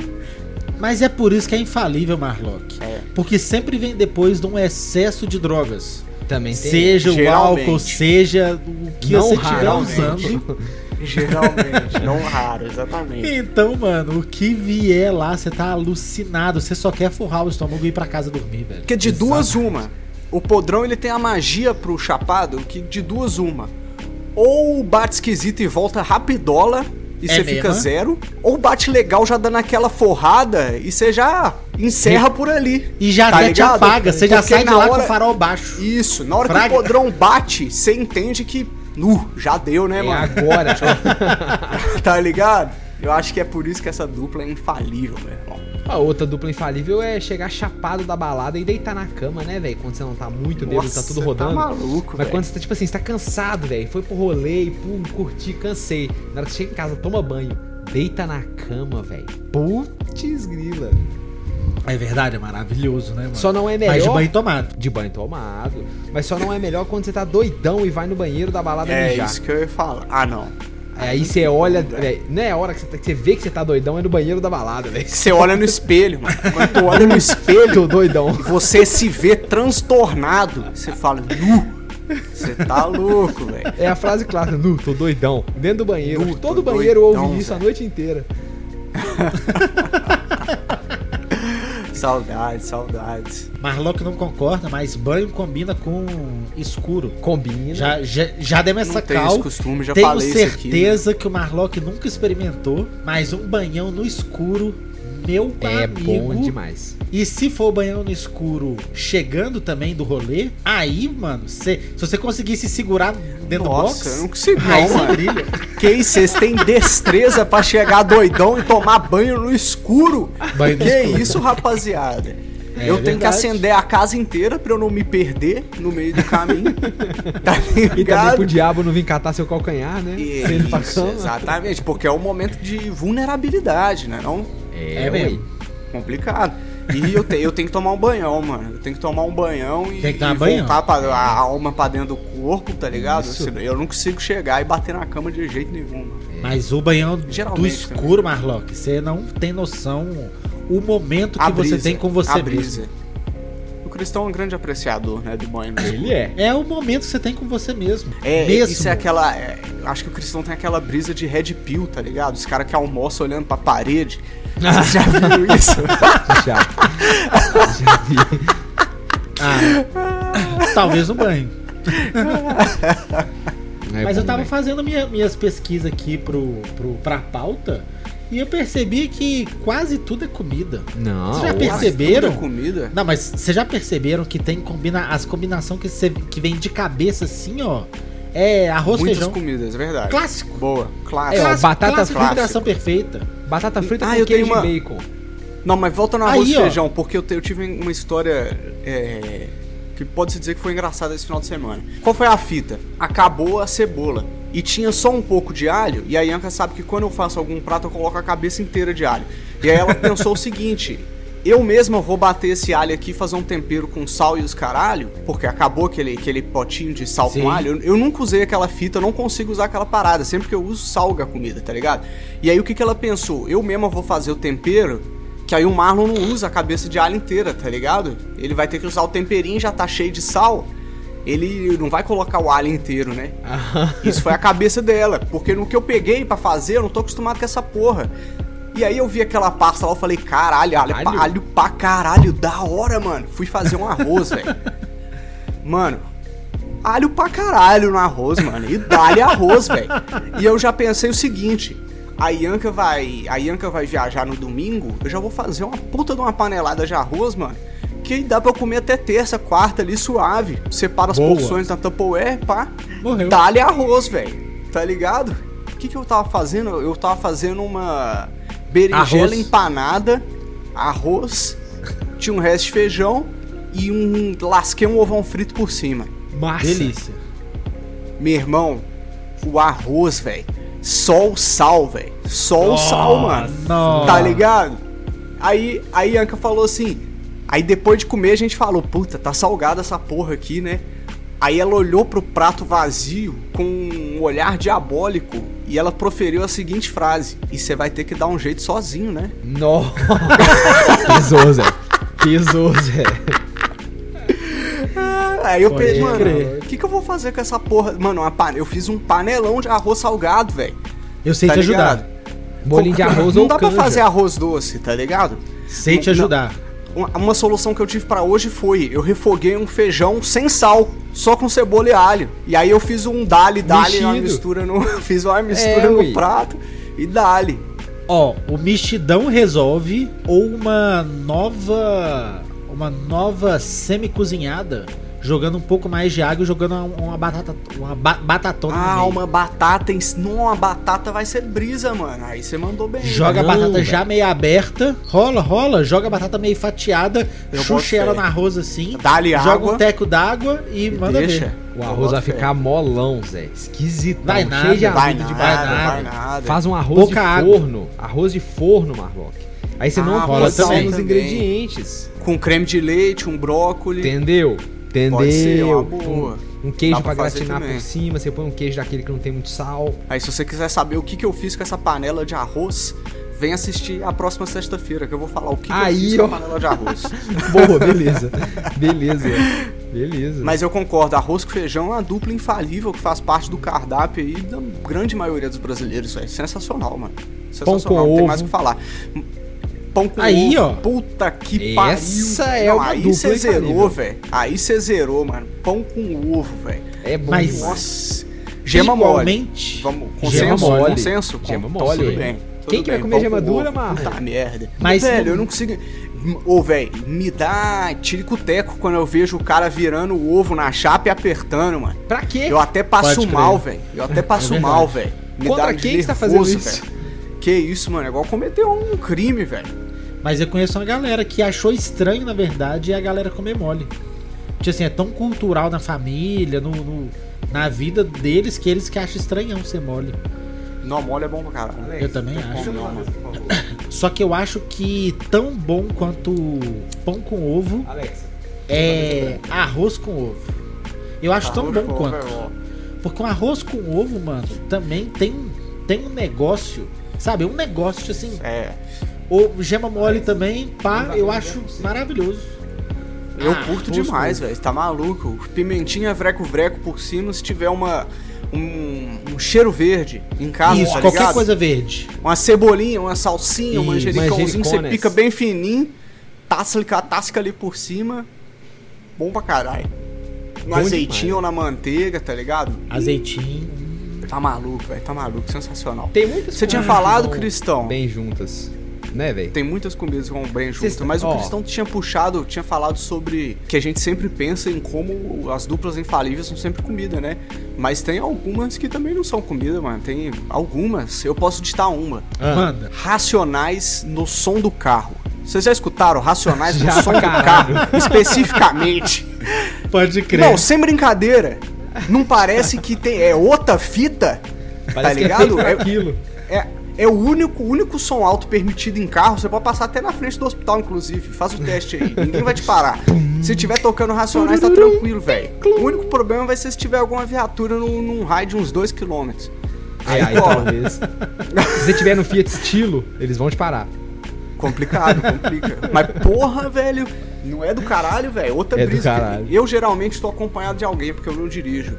Speaker 3: Mas é por isso que é infalível, Marlock.
Speaker 1: É.
Speaker 3: Porque sempre vem depois de um excesso de drogas.
Speaker 2: Também tem.
Speaker 3: Seja o
Speaker 1: Geralmente.
Speaker 3: álcool, seja o que
Speaker 2: Não
Speaker 3: você estiver
Speaker 2: raro,
Speaker 1: né?
Speaker 3: usando.
Speaker 1: Geralmente, não raro, exatamente.
Speaker 3: Então, mano, o que vier lá, você tá alucinado. Você só quer forrar o estômago e ir pra casa dormir, velho.
Speaker 1: Porque de
Speaker 3: Exato.
Speaker 1: duas, uma. O podrão, ele tem a magia pro chapado que de duas, uma. Ou bate esquisito e volta rapidola e
Speaker 3: É
Speaker 1: você fica
Speaker 3: mesmo?
Speaker 1: zero. Ou bate legal já dando aquela forrada e você já encerra por ali.
Speaker 3: E já
Speaker 1: Tá
Speaker 3: até te
Speaker 1: ligado?
Speaker 3: apaga, você já
Speaker 1: Porque
Speaker 3: sai de
Speaker 1: na
Speaker 3: lá com
Speaker 1: hora-
Speaker 3: o farol baixo.
Speaker 1: Isso, na hora
Speaker 3: Fraga.
Speaker 1: que o podrão bate, você entende que. Nu, já deu, né,
Speaker 2: É
Speaker 1: mano?
Speaker 2: agora.
Speaker 1: tá ligado? Eu acho que é por isso que essa dupla é infalível, meu irmão.
Speaker 2: a outra dupla infalível é chegar chapado da balada e deitar na cama, né, velho? Quando você não tá muito bêbado, tá tudo rodando.
Speaker 1: Tá maluco,
Speaker 2: Mas
Speaker 1: velho.
Speaker 2: quando você tá, tipo assim, você tá cansado, velho. Foi pro rolê, pum, curti, cansei. Na hora que você chega em casa, toma banho. Deita na cama, velho. Putz grila.
Speaker 3: É verdade, é maravilhoso, né, mano?
Speaker 2: Só não é melhor.
Speaker 3: Mas de banho tomado.
Speaker 2: de banho tomado. Mas só não é melhor quando você tá doidão e vai no banheiro da balada
Speaker 1: É
Speaker 2: mijar. É,
Speaker 1: isso que eu ia falar. Ah, não.
Speaker 2: Aí você olha,
Speaker 1: velho.
Speaker 2: velho. Não é a hora que você, tá- que você vê que você tá doidão, é no banheiro da balada, velho.
Speaker 1: Você olha no espelho, mano. Quando tu olha no espelho,
Speaker 2: Tô doidão.
Speaker 1: e você se vê transtornado. Você fala, nu. Você tá louco, velho.
Speaker 2: É a frase clássica, nu, tô doidão. Dentro do banheiro.
Speaker 1: Nu,
Speaker 2: Todo
Speaker 1: tô
Speaker 2: banheiro
Speaker 1: doidão,
Speaker 2: ouve isso a noite inteira.
Speaker 1: Saudades, saudades.
Speaker 3: Marlock não concorda, mas banho combina com escuro.
Speaker 2: Combina.
Speaker 3: Já, já, já demos essa
Speaker 1: não tenho
Speaker 3: cal.
Speaker 1: esse costume, já
Speaker 3: Tenho
Speaker 1: falei isso aqui. né?
Speaker 3: certeza que o Marlock nunca experimentou, mas um banhão no escuro, meu
Speaker 2: é
Speaker 3: amigo.
Speaker 2: bom demais.
Speaker 3: E se for o banhão no escuro chegando também do rolê, aí, mano, cê- se você conseguisse segurar dentro
Speaker 1: Nossa, eu
Speaker 3: do
Speaker 1: não
Speaker 3: box,
Speaker 1: consigo
Speaker 3: aí
Speaker 1: não,
Speaker 3: você
Speaker 1: mano.
Speaker 3: brilha.
Speaker 1: Que isso, vocês têm destreza pra chegar doidão e tomar banho no escuro?
Speaker 3: Banho no
Speaker 1: que
Speaker 3: escuro.
Speaker 1: isso, rapaziada?
Speaker 3: É
Speaker 1: eu tenho que
Speaker 3: verdade.
Speaker 1: acender a casa inteira pra eu não me perder no meio do caminho. tá
Speaker 2: E também pro
Speaker 1: ligado?
Speaker 2: diabo não vir catar seu calcanhar, né?
Speaker 1: Que
Speaker 2: Sem ele pra
Speaker 1: É isso,
Speaker 2: cama.
Speaker 1: exatamente, porque é um momento de vulnerabilidade, né? Não
Speaker 2: É, ué.
Speaker 3: É mesmo.
Speaker 1: complicado. E eu, te- eu tenho que tomar um banhão, mano. Eu tenho que tomar um banhão e,
Speaker 3: Tem que tomar
Speaker 1: e
Speaker 3: banhão.
Speaker 1: voltar pra, a alma pra dentro do corpo, tá ligado?
Speaker 2: Isso.
Speaker 1: Assim, Eu não consigo chegar e bater na cama de jeito nenhum. mano.
Speaker 3: Mas o banhão do
Speaker 1: Geralmente, né?
Speaker 3: escuro, Marlock, você não tem noção o momento que você tem com você
Speaker 1: a
Speaker 3: mesmo.
Speaker 1: brisa. O Cristão é um grande apreciador, né, do banho.
Speaker 2: Ele é.
Speaker 3: É o momento que você tem com você mesmo.
Speaker 1: É,
Speaker 3: mesmo.
Speaker 1: isso é aquela. é, acho que o Cristão tem aquela brisa de red pill, tá ligado? Os caras que almoçam olhando pra parede. Vocês já viram isso?
Speaker 2: Já. Já vi.
Speaker 3: Ah, talvez no banho.
Speaker 2: É
Speaker 3: Mas eu
Speaker 2: bom,
Speaker 3: tava
Speaker 1: né?
Speaker 2: velho.
Speaker 3: fazendo minha- minhas pesquisas aqui pro, pro, pra pauta e eu percebi que quase tudo é comida.
Speaker 2: Não.
Speaker 3: Você já
Speaker 2: ô,
Speaker 3: percebeu?
Speaker 1: Mas tudo é comida?
Speaker 3: Não, mas vocês já perceberam que tem combina as combinações que, cê- que vem de cabeça assim, ó? É arroz,
Speaker 1: Muitas
Speaker 3: feijão.
Speaker 1: comidas, é verdade.
Speaker 3: Clássico.
Speaker 1: Boa,
Speaker 2: É, ó,
Speaker 1: clássico.
Speaker 2: batata
Speaker 3: clássico,
Speaker 1: frita.
Speaker 3: combinação perfeita.
Speaker 2: Batata frita
Speaker 1: Ah,
Speaker 2: com
Speaker 1: eu
Speaker 2: queijo
Speaker 1: tenho uma-
Speaker 2: e bacon.
Speaker 1: Não, mas volta no arroz
Speaker 3: Aí,
Speaker 1: e
Speaker 3: ó.
Speaker 1: feijão, porque eu, te- eu tive uma história é, que pode-se dizer que foi engraçada esse final de semana. Qual foi a fita? Acabou a cebola. e tinha só um pouco de alho, e a Yanka sabe que quando eu faço algum prato eu coloco a cabeça inteira de alho. E aí ela pensou o seguinte: eu mesma vou bater esse alho aqui, fazer um tempero com sal e os caralho, porque acabou aquele, aquele potinho de sal
Speaker 3: Sim.
Speaker 1: com alho. Eu, eu nunca usei aquela fita, eu não consigo usar aquela parada. Sempre que eu uso, salga a comida, tá ligado? E aí o que, que ela pensou? Eu mesma vou fazer o tempero. Que aí o Marlon não usa a cabeça de alho inteira, tá ligado? Ele vai ter que usar o temperinho, já tá cheio de sal. Ele não vai colocar o alho inteiro, né?
Speaker 2: Aham.
Speaker 1: Isso foi a cabeça dela, porque no que eu peguei pra fazer, eu não tô acostumado com essa porra. E aí eu vi aquela pasta lá, eu falei, caralho, alho,
Speaker 2: Alho?
Speaker 1: alho? alho pra caralho, da hora, mano. Fui fazer um arroz, velho. Mano, alho pra caralho no arroz, mano. E dá-lhe arroz, velho. E eu já pensei o seguinte, a Yanka vai, a Yanka vai viajar no domingo, eu já vou fazer uma puta de uma panelada de arroz, mano. Que dá pra eu comer até terça, quarta ali, suave. Separa as
Speaker 3: Boa.
Speaker 1: porções na Tupperware, pá.
Speaker 3: Morreu.
Speaker 1: Dá-lhe arroz, velho. Tá ligado? O que, que eu tava fazendo? Eu tava fazendo uma berinjela
Speaker 3: Arroz.
Speaker 1: empanada, arroz, tinha um resto de feijão e um. Lasquei um ovão frito por cima.
Speaker 2: Massa.
Speaker 3: Delícia.
Speaker 1: Meu irmão, o arroz, velho. Só o sal, velho. Só o sal, mano.
Speaker 3: Nossa.
Speaker 1: Tá ligado? Aí, aí a Anca falou assim. Aí depois de comer a gente falou, puta, tá salgada essa porra aqui, né? Aí ela olhou pro prato vazio com um olhar diabólico e ela proferiu a seguinte frase: E você vai ter que dar um jeito sozinho, né?
Speaker 2: Nossa. Pisou, Zé. Pisou, Zé.
Speaker 1: Ah, Aí eu
Speaker 3: Pode
Speaker 1: pensei, mano,
Speaker 3: crer.
Speaker 1: o que, que eu vou fazer com essa porra? Mano, uma pane- eu fiz um panelão de arroz salgado, velho.
Speaker 3: Eu sei
Speaker 1: Tá
Speaker 3: te
Speaker 1: ligado?
Speaker 3: ajudar.
Speaker 2: Bolinho de arroz
Speaker 1: Não
Speaker 2: ou
Speaker 1: dá pra
Speaker 2: canja.
Speaker 1: fazer arroz doce, tá ligado?
Speaker 3: Sei te
Speaker 1: Não-
Speaker 3: ajudar.
Speaker 1: Uma, uma solução que eu tive pra hoje foi: eu refoguei um feijão sem sal, só com cebola e alho. E aí eu fiz um dali, dali, uma
Speaker 2: Mexido.
Speaker 1: mistura no. Fiz uma mistura
Speaker 2: É,
Speaker 1: no
Speaker 2: ui.
Speaker 1: prato e dali.
Speaker 3: Ó, o mexidão resolve ou uma nova uma nova semi-cozinhada, jogando um pouco mais de água e jogando uma, uma batata uma ba- batatona no
Speaker 1: Ah,
Speaker 3: meio.
Speaker 1: uma batata. Em... Não, a batata vai ser brisa, mano. Aí você mandou bem.
Speaker 3: Joga
Speaker 2: Não,
Speaker 3: a batata
Speaker 2: velho.
Speaker 3: já meio aberta, rola, rola, joga a batata meio fatiada,
Speaker 1: Eu boto
Speaker 3: xuxa
Speaker 1: fé.
Speaker 3: ela no arroz assim,
Speaker 1: né? Dali
Speaker 3: joga
Speaker 1: água.
Speaker 3: um teco d'água e, manda ver.
Speaker 2: O arroz vai ficar molão, Zé. Esquisitão.
Speaker 3: Vai nada,
Speaker 2: cheio de
Speaker 1: Vai
Speaker 2: amido
Speaker 1: nada,
Speaker 2: de
Speaker 1: vai
Speaker 2: banana.
Speaker 1: nada.
Speaker 3: banana.
Speaker 2: Faz um arroz de
Speaker 3: Pouca água.
Speaker 2: forno. Arroz de forno, Marlock. Aí você
Speaker 1: Ah,
Speaker 2: não
Speaker 3: rola
Speaker 2: põe sal
Speaker 3: também.
Speaker 2: nos
Speaker 1: Também.
Speaker 2: ingredientes.
Speaker 1: Com creme de leite, um brócolis.
Speaker 2: Entendeu? Entendeu?
Speaker 1: Pode ser, é uma boa.
Speaker 2: Um queijo
Speaker 1: Dá
Speaker 2: pra
Speaker 1: pra fazer
Speaker 2: gratinar
Speaker 1: também.
Speaker 2: por cima, você põe um queijo daquele que não tem muito sal.
Speaker 1: Aí se você quiser saber o que, que eu fiz com essa panela de arroz, vem assistir a próxima sexta-feira, que eu vou falar o que, que
Speaker 2: Aí,
Speaker 1: eu fiz com
Speaker 2: ó.
Speaker 1: a panela de arroz.
Speaker 2: Boa, beleza. beleza. Beleza.
Speaker 1: Mas eu concordo, arroz com feijão é uma dupla infalível que faz parte do cardápio aí da grande maioria dos brasileiros. Isso é sensacional, mano. Sensacional,
Speaker 2: com
Speaker 1: não tem
Speaker 2: ovo.
Speaker 1: mais o que falar. Pão com
Speaker 3: Aí,
Speaker 1: ovo,
Speaker 3: ó.
Speaker 1: puta que pariu.
Speaker 2: Essa é
Speaker 1: Não,
Speaker 2: uma
Speaker 1: aí
Speaker 2: dupla
Speaker 1: você
Speaker 2: infalível.
Speaker 1: zerou, velho. Aí você zerou, mano. Pão com ovo, velho.
Speaker 2: é bom
Speaker 3: mas-
Speaker 2: demais.
Speaker 1: Nossa. Gema mole.
Speaker 3: Igualmente,
Speaker 1: Vamos,
Speaker 3: Gema
Speaker 1: consenso,
Speaker 2: mole.
Speaker 1: consenso.
Speaker 2: Gema
Speaker 1: Então,
Speaker 2: mole,
Speaker 1: Tudo
Speaker 2: é.
Speaker 1: bem. tudo
Speaker 2: Quem que vai
Speaker 1: bem,
Speaker 2: comer
Speaker 1: pão
Speaker 2: gema
Speaker 1: com
Speaker 2: dura,
Speaker 1: ovo,
Speaker 2: Marro?
Speaker 1: Puta merda.
Speaker 3: Mas-
Speaker 1: Mas, velho, eu não consigo... Ô, velho, me dá tirico-teco quando eu vejo o cara virando o ovo na chapa e apertando, mano.
Speaker 2: Pra quê?
Speaker 1: Eu até passo
Speaker 3: Pode crer.
Speaker 1: mal, velho. Eu até passo
Speaker 3: É verdade.
Speaker 1: mal, velho. Me
Speaker 2: Contra
Speaker 1: dá um
Speaker 2: quem que tá
Speaker 1: nervoso,
Speaker 2: fazendo isso?
Speaker 1: velho. Que isso, mano. É igual cometer um crime, velho.
Speaker 3: Mas eu conheço uma galera que achou estranho, na verdade, a galera comer mole. Tipo assim, é tão cultural na família, no, no- na vida deles, que eles que acham estranhão ser mole.
Speaker 1: Não, mole é bom pra caralho.
Speaker 3: Eu também acho.
Speaker 1: Não, mano.
Speaker 3: Só que eu acho que tão bom quanto pão com ovo
Speaker 2: Alexa.
Speaker 3: é arroz com ovo. Eu acho tão
Speaker 1: Arroz
Speaker 3: bom
Speaker 1: com
Speaker 3: quanto.
Speaker 1: ovo é
Speaker 3: Porque um arroz com ovo, mano, também tem, tem um negócio. Sabe, um negócio assim.
Speaker 1: É, é.
Speaker 3: Ou gema mole também,
Speaker 2: Não
Speaker 3: pá,
Speaker 2: dá
Speaker 3: eu
Speaker 2: pra
Speaker 3: acho
Speaker 2: ver, sim.
Speaker 3: maravilhoso.
Speaker 1: Eu
Speaker 3: Ah,
Speaker 1: curto
Speaker 3: arroz
Speaker 1: demais,
Speaker 3: com
Speaker 1: velho. Você tá maluco? Pimentinha vreco-vreco por cima, se tiver uma... Um, um cheiro verde em casa,
Speaker 3: Isso,
Speaker 1: tá
Speaker 3: qualquer
Speaker 1: ligado?
Speaker 3: coisa verde.
Speaker 1: Uma cebolinha, uma salsinha, um
Speaker 2: Isso,
Speaker 1: manjericãozinho, você
Speaker 2: manjericones.
Speaker 1: pica bem fininho, tasca, tasca ali por cima, bom pra caralho. No
Speaker 2: Bom
Speaker 1: azeitinho ou na manteiga, tá ligado?
Speaker 3: Azeitinho.
Speaker 1: Tá maluco, velho, tá maluco, sensacional.
Speaker 2: Tem muitas
Speaker 3: Ah,
Speaker 1: Você tinha
Speaker 2: comidas
Speaker 1: falado,
Speaker 2: que vão
Speaker 1: Cristão?
Speaker 2: Bem juntas. Né, velho?
Speaker 1: Tem muitas comidas com bem
Speaker 2: Vocês-
Speaker 1: juntas, mas o
Speaker 2: ó.
Speaker 1: Cristão tinha puxado, tinha falado sobre que a gente sempre pensa em como as duplas infalíveis são sempre comida, né? Mas tem algumas que também não são comida, mano. Tem algumas, eu posso ditar uma.
Speaker 3: Manda.
Speaker 1: Racionais no som do carro. Vocês já escutaram Racionais no
Speaker 2: Já,
Speaker 1: som
Speaker 2: pra
Speaker 1: do carro? Especificamente.
Speaker 3: Pode
Speaker 1: Não, sem brincadeira. Não parece que tem. É outra fita?
Speaker 2: Parece
Speaker 1: ligado?
Speaker 2: que é feito
Speaker 1: É-
Speaker 2: pra aquilo.
Speaker 1: É, é o único, o único som alto permitido em carro. Você pode passar até na frente do hospital, inclusive. Faz o teste aí. Ninguém vai te parar. Se tiver tocando racionais, tá tranquilo, velho. O único problema vai ser se tiver alguma viatura num, num raio de uns 2km.
Speaker 2: É, aí
Speaker 1: cola.
Speaker 2: talvez. Se você tiver no Fiat estilo, eles vão te parar.
Speaker 1: Complicado, complica. Mas porra, velho, não é do caralho, velho. Outra
Speaker 2: É do
Speaker 1: brisa.
Speaker 2: caralho.
Speaker 1: Eu geralmente estou acompanhado de alguém porque eu não dirijo.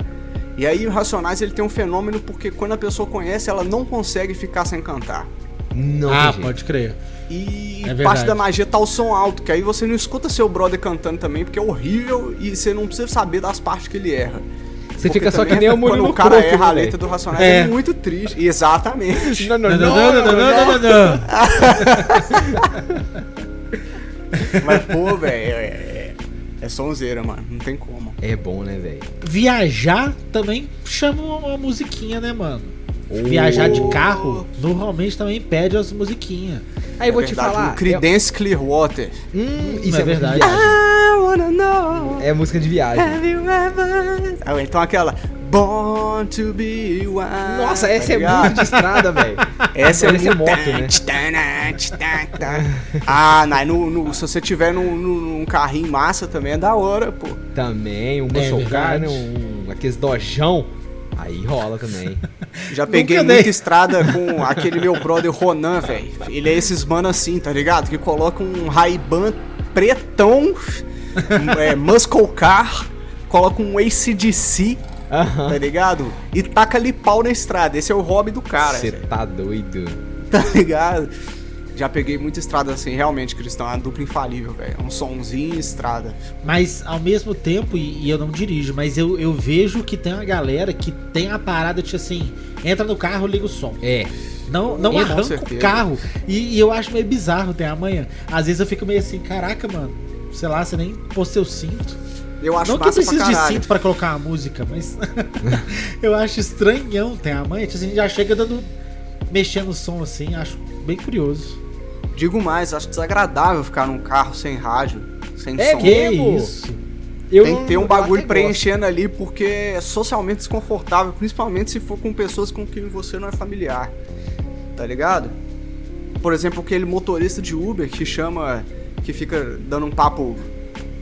Speaker 1: E aí o Racionais ele tem um fenômeno porque quando a pessoa conhece, ela não consegue ficar sem cantar.
Speaker 2: Não,
Speaker 3: ah,
Speaker 2: tem jeito.
Speaker 3: pode crer.
Speaker 1: E
Speaker 3: É verdade.
Speaker 1: parte da magia tá o som alto, que aí você não escuta seu brother cantando também, porque é horrível e você não precisa saber das partes que ele erra.
Speaker 2: Você
Speaker 1: Porque
Speaker 2: fica só que
Speaker 1: também
Speaker 2: nem o
Speaker 1: Quando
Speaker 2: Murilo
Speaker 1: o cara
Speaker 2: Couto,
Speaker 1: erra a
Speaker 2: né,
Speaker 1: letra
Speaker 2: velho?
Speaker 1: do Racionais é,
Speaker 3: É.
Speaker 1: muito triste. Exatamente.
Speaker 2: Não, não,
Speaker 3: Não,
Speaker 2: não,
Speaker 3: não, não, não, não, não, não.
Speaker 1: Mas, pô, velho, é, é, é sonzeira, mano. Não tem como.
Speaker 2: É bom, né, velho?
Speaker 3: Viajar também chama uma musiquinha, né, mano?
Speaker 2: Ô.
Speaker 3: Viajar de carro normalmente também pede as musiquinhas.
Speaker 2: Aí eu vou
Speaker 1: É
Speaker 2: te
Speaker 1: verdade,
Speaker 2: falar.
Speaker 1: Um Creedence Clearwater.
Speaker 2: é- Hum,
Speaker 3: Isso
Speaker 2: isso
Speaker 3: é,
Speaker 2: é,
Speaker 3: verdade.
Speaker 2: viagem.
Speaker 1: I wanna know.
Speaker 2: É música de viagem.
Speaker 1: Have you ever... Ah, então aquela... Born to be wild.
Speaker 2: Nossa, essa
Speaker 1: tá
Speaker 2: é
Speaker 1: ligado?
Speaker 2: muito de estrada, velho.
Speaker 1: Essa é
Speaker 2: Parece
Speaker 1: muito...
Speaker 2: moto, né?
Speaker 1: Ah, não, no- no- se você tiver num, num- num carrinho massa também é da hora, pô.
Speaker 2: Também, um
Speaker 3: É
Speaker 2: muscle car,
Speaker 3: verdade.
Speaker 2: né, um, aqueles dojão. Aí rola também.
Speaker 1: Já peguei
Speaker 3: Nunca dei.
Speaker 1: muita estrada com aquele meu brother Ronan, velho. Ele é esses mano assim, tá ligado? Que coloca um Ray-Ban pretão, um, é, muscle car, coloca um ACDC,
Speaker 2: Aham.
Speaker 1: tá ligado? E taca ali pau na estrada. Esse é o hobby do cara,
Speaker 2: Você
Speaker 1: velho,
Speaker 2: tá doido.
Speaker 1: tá ligado? Já peguei muita estrada assim, realmente, Cristão. É uma dupla infalível, velho. É um somzinho e estrada.
Speaker 3: Mas ao mesmo tempo, e, e eu não dirijo, mas eu, eu vejo que tem uma galera que tem a parada de assim, entra no carro, liga o som.
Speaker 2: É.
Speaker 3: Não, não
Speaker 1: Com
Speaker 3: arranca o
Speaker 1: certeza.
Speaker 3: carro. E, e eu acho meio bizarro tem amanhã. Às vezes eu fico meio assim, caraca, mano, sei lá, você nem pôs seu cinto.
Speaker 1: Eu acho
Speaker 3: não que eu
Speaker 1: massa pra
Speaker 3: preciso de
Speaker 1: caralho.
Speaker 3: cinto pra colocar a música, mas eu acho estranhão tem amanhã. Tipo assim, já chega dando. mexendo o som assim, acho bem curioso.
Speaker 1: Digo mais, acho desagradável ficar num carro sem rádio, sem
Speaker 2: É
Speaker 1: som.
Speaker 2: que- Mesmo? Eu
Speaker 1: Tem que ter um
Speaker 2: eu
Speaker 1: bagulho
Speaker 2: até
Speaker 1: preenchendo ali, porque é socialmente desconfortável, principalmente se for com pessoas com quem você não é familiar. Tá ligado? Por exemplo, aquele motorista de Uber que chama. que fica dando um papo.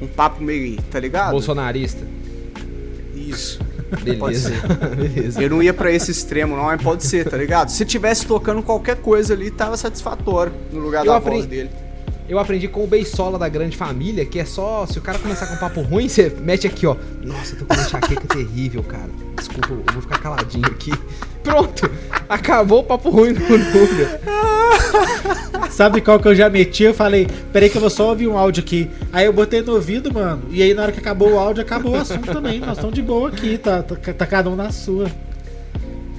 Speaker 1: um papo meio. tá
Speaker 2: gosto.
Speaker 1: ligado?
Speaker 2: Bolsonarista.
Speaker 1: Isso. Pode
Speaker 2: Beleza.
Speaker 1: ser.
Speaker 2: Beleza.
Speaker 1: Eu não ia pra esse extremo, não, mas pode ser, tá ligado? Se tivesse tocando qualquer coisa ali, tava satisfatório no lugar
Speaker 2: Eu
Speaker 1: da
Speaker 2: aprendi-
Speaker 1: voz dele.
Speaker 2: Eu aprendi com o Beisola da Grande Família, que é só, se o cara começar com um papo ruim, você mete aqui, ó. Nossa, eu tô com uma enxaqueca terrível, cara. Desculpa, eu vou ficar caladinho aqui. Pronto! Acabou o papo ruim no núcleo.
Speaker 3: Sabe qual que eu já meti? Eu falei, peraí que eu vou só ouvir um áudio aqui. Aí eu botei no ouvido, mano. E aí na hora que acabou o áudio, acabou o assunto também. Nós estamos de boa aqui, tá, tá, tá cada um na sua.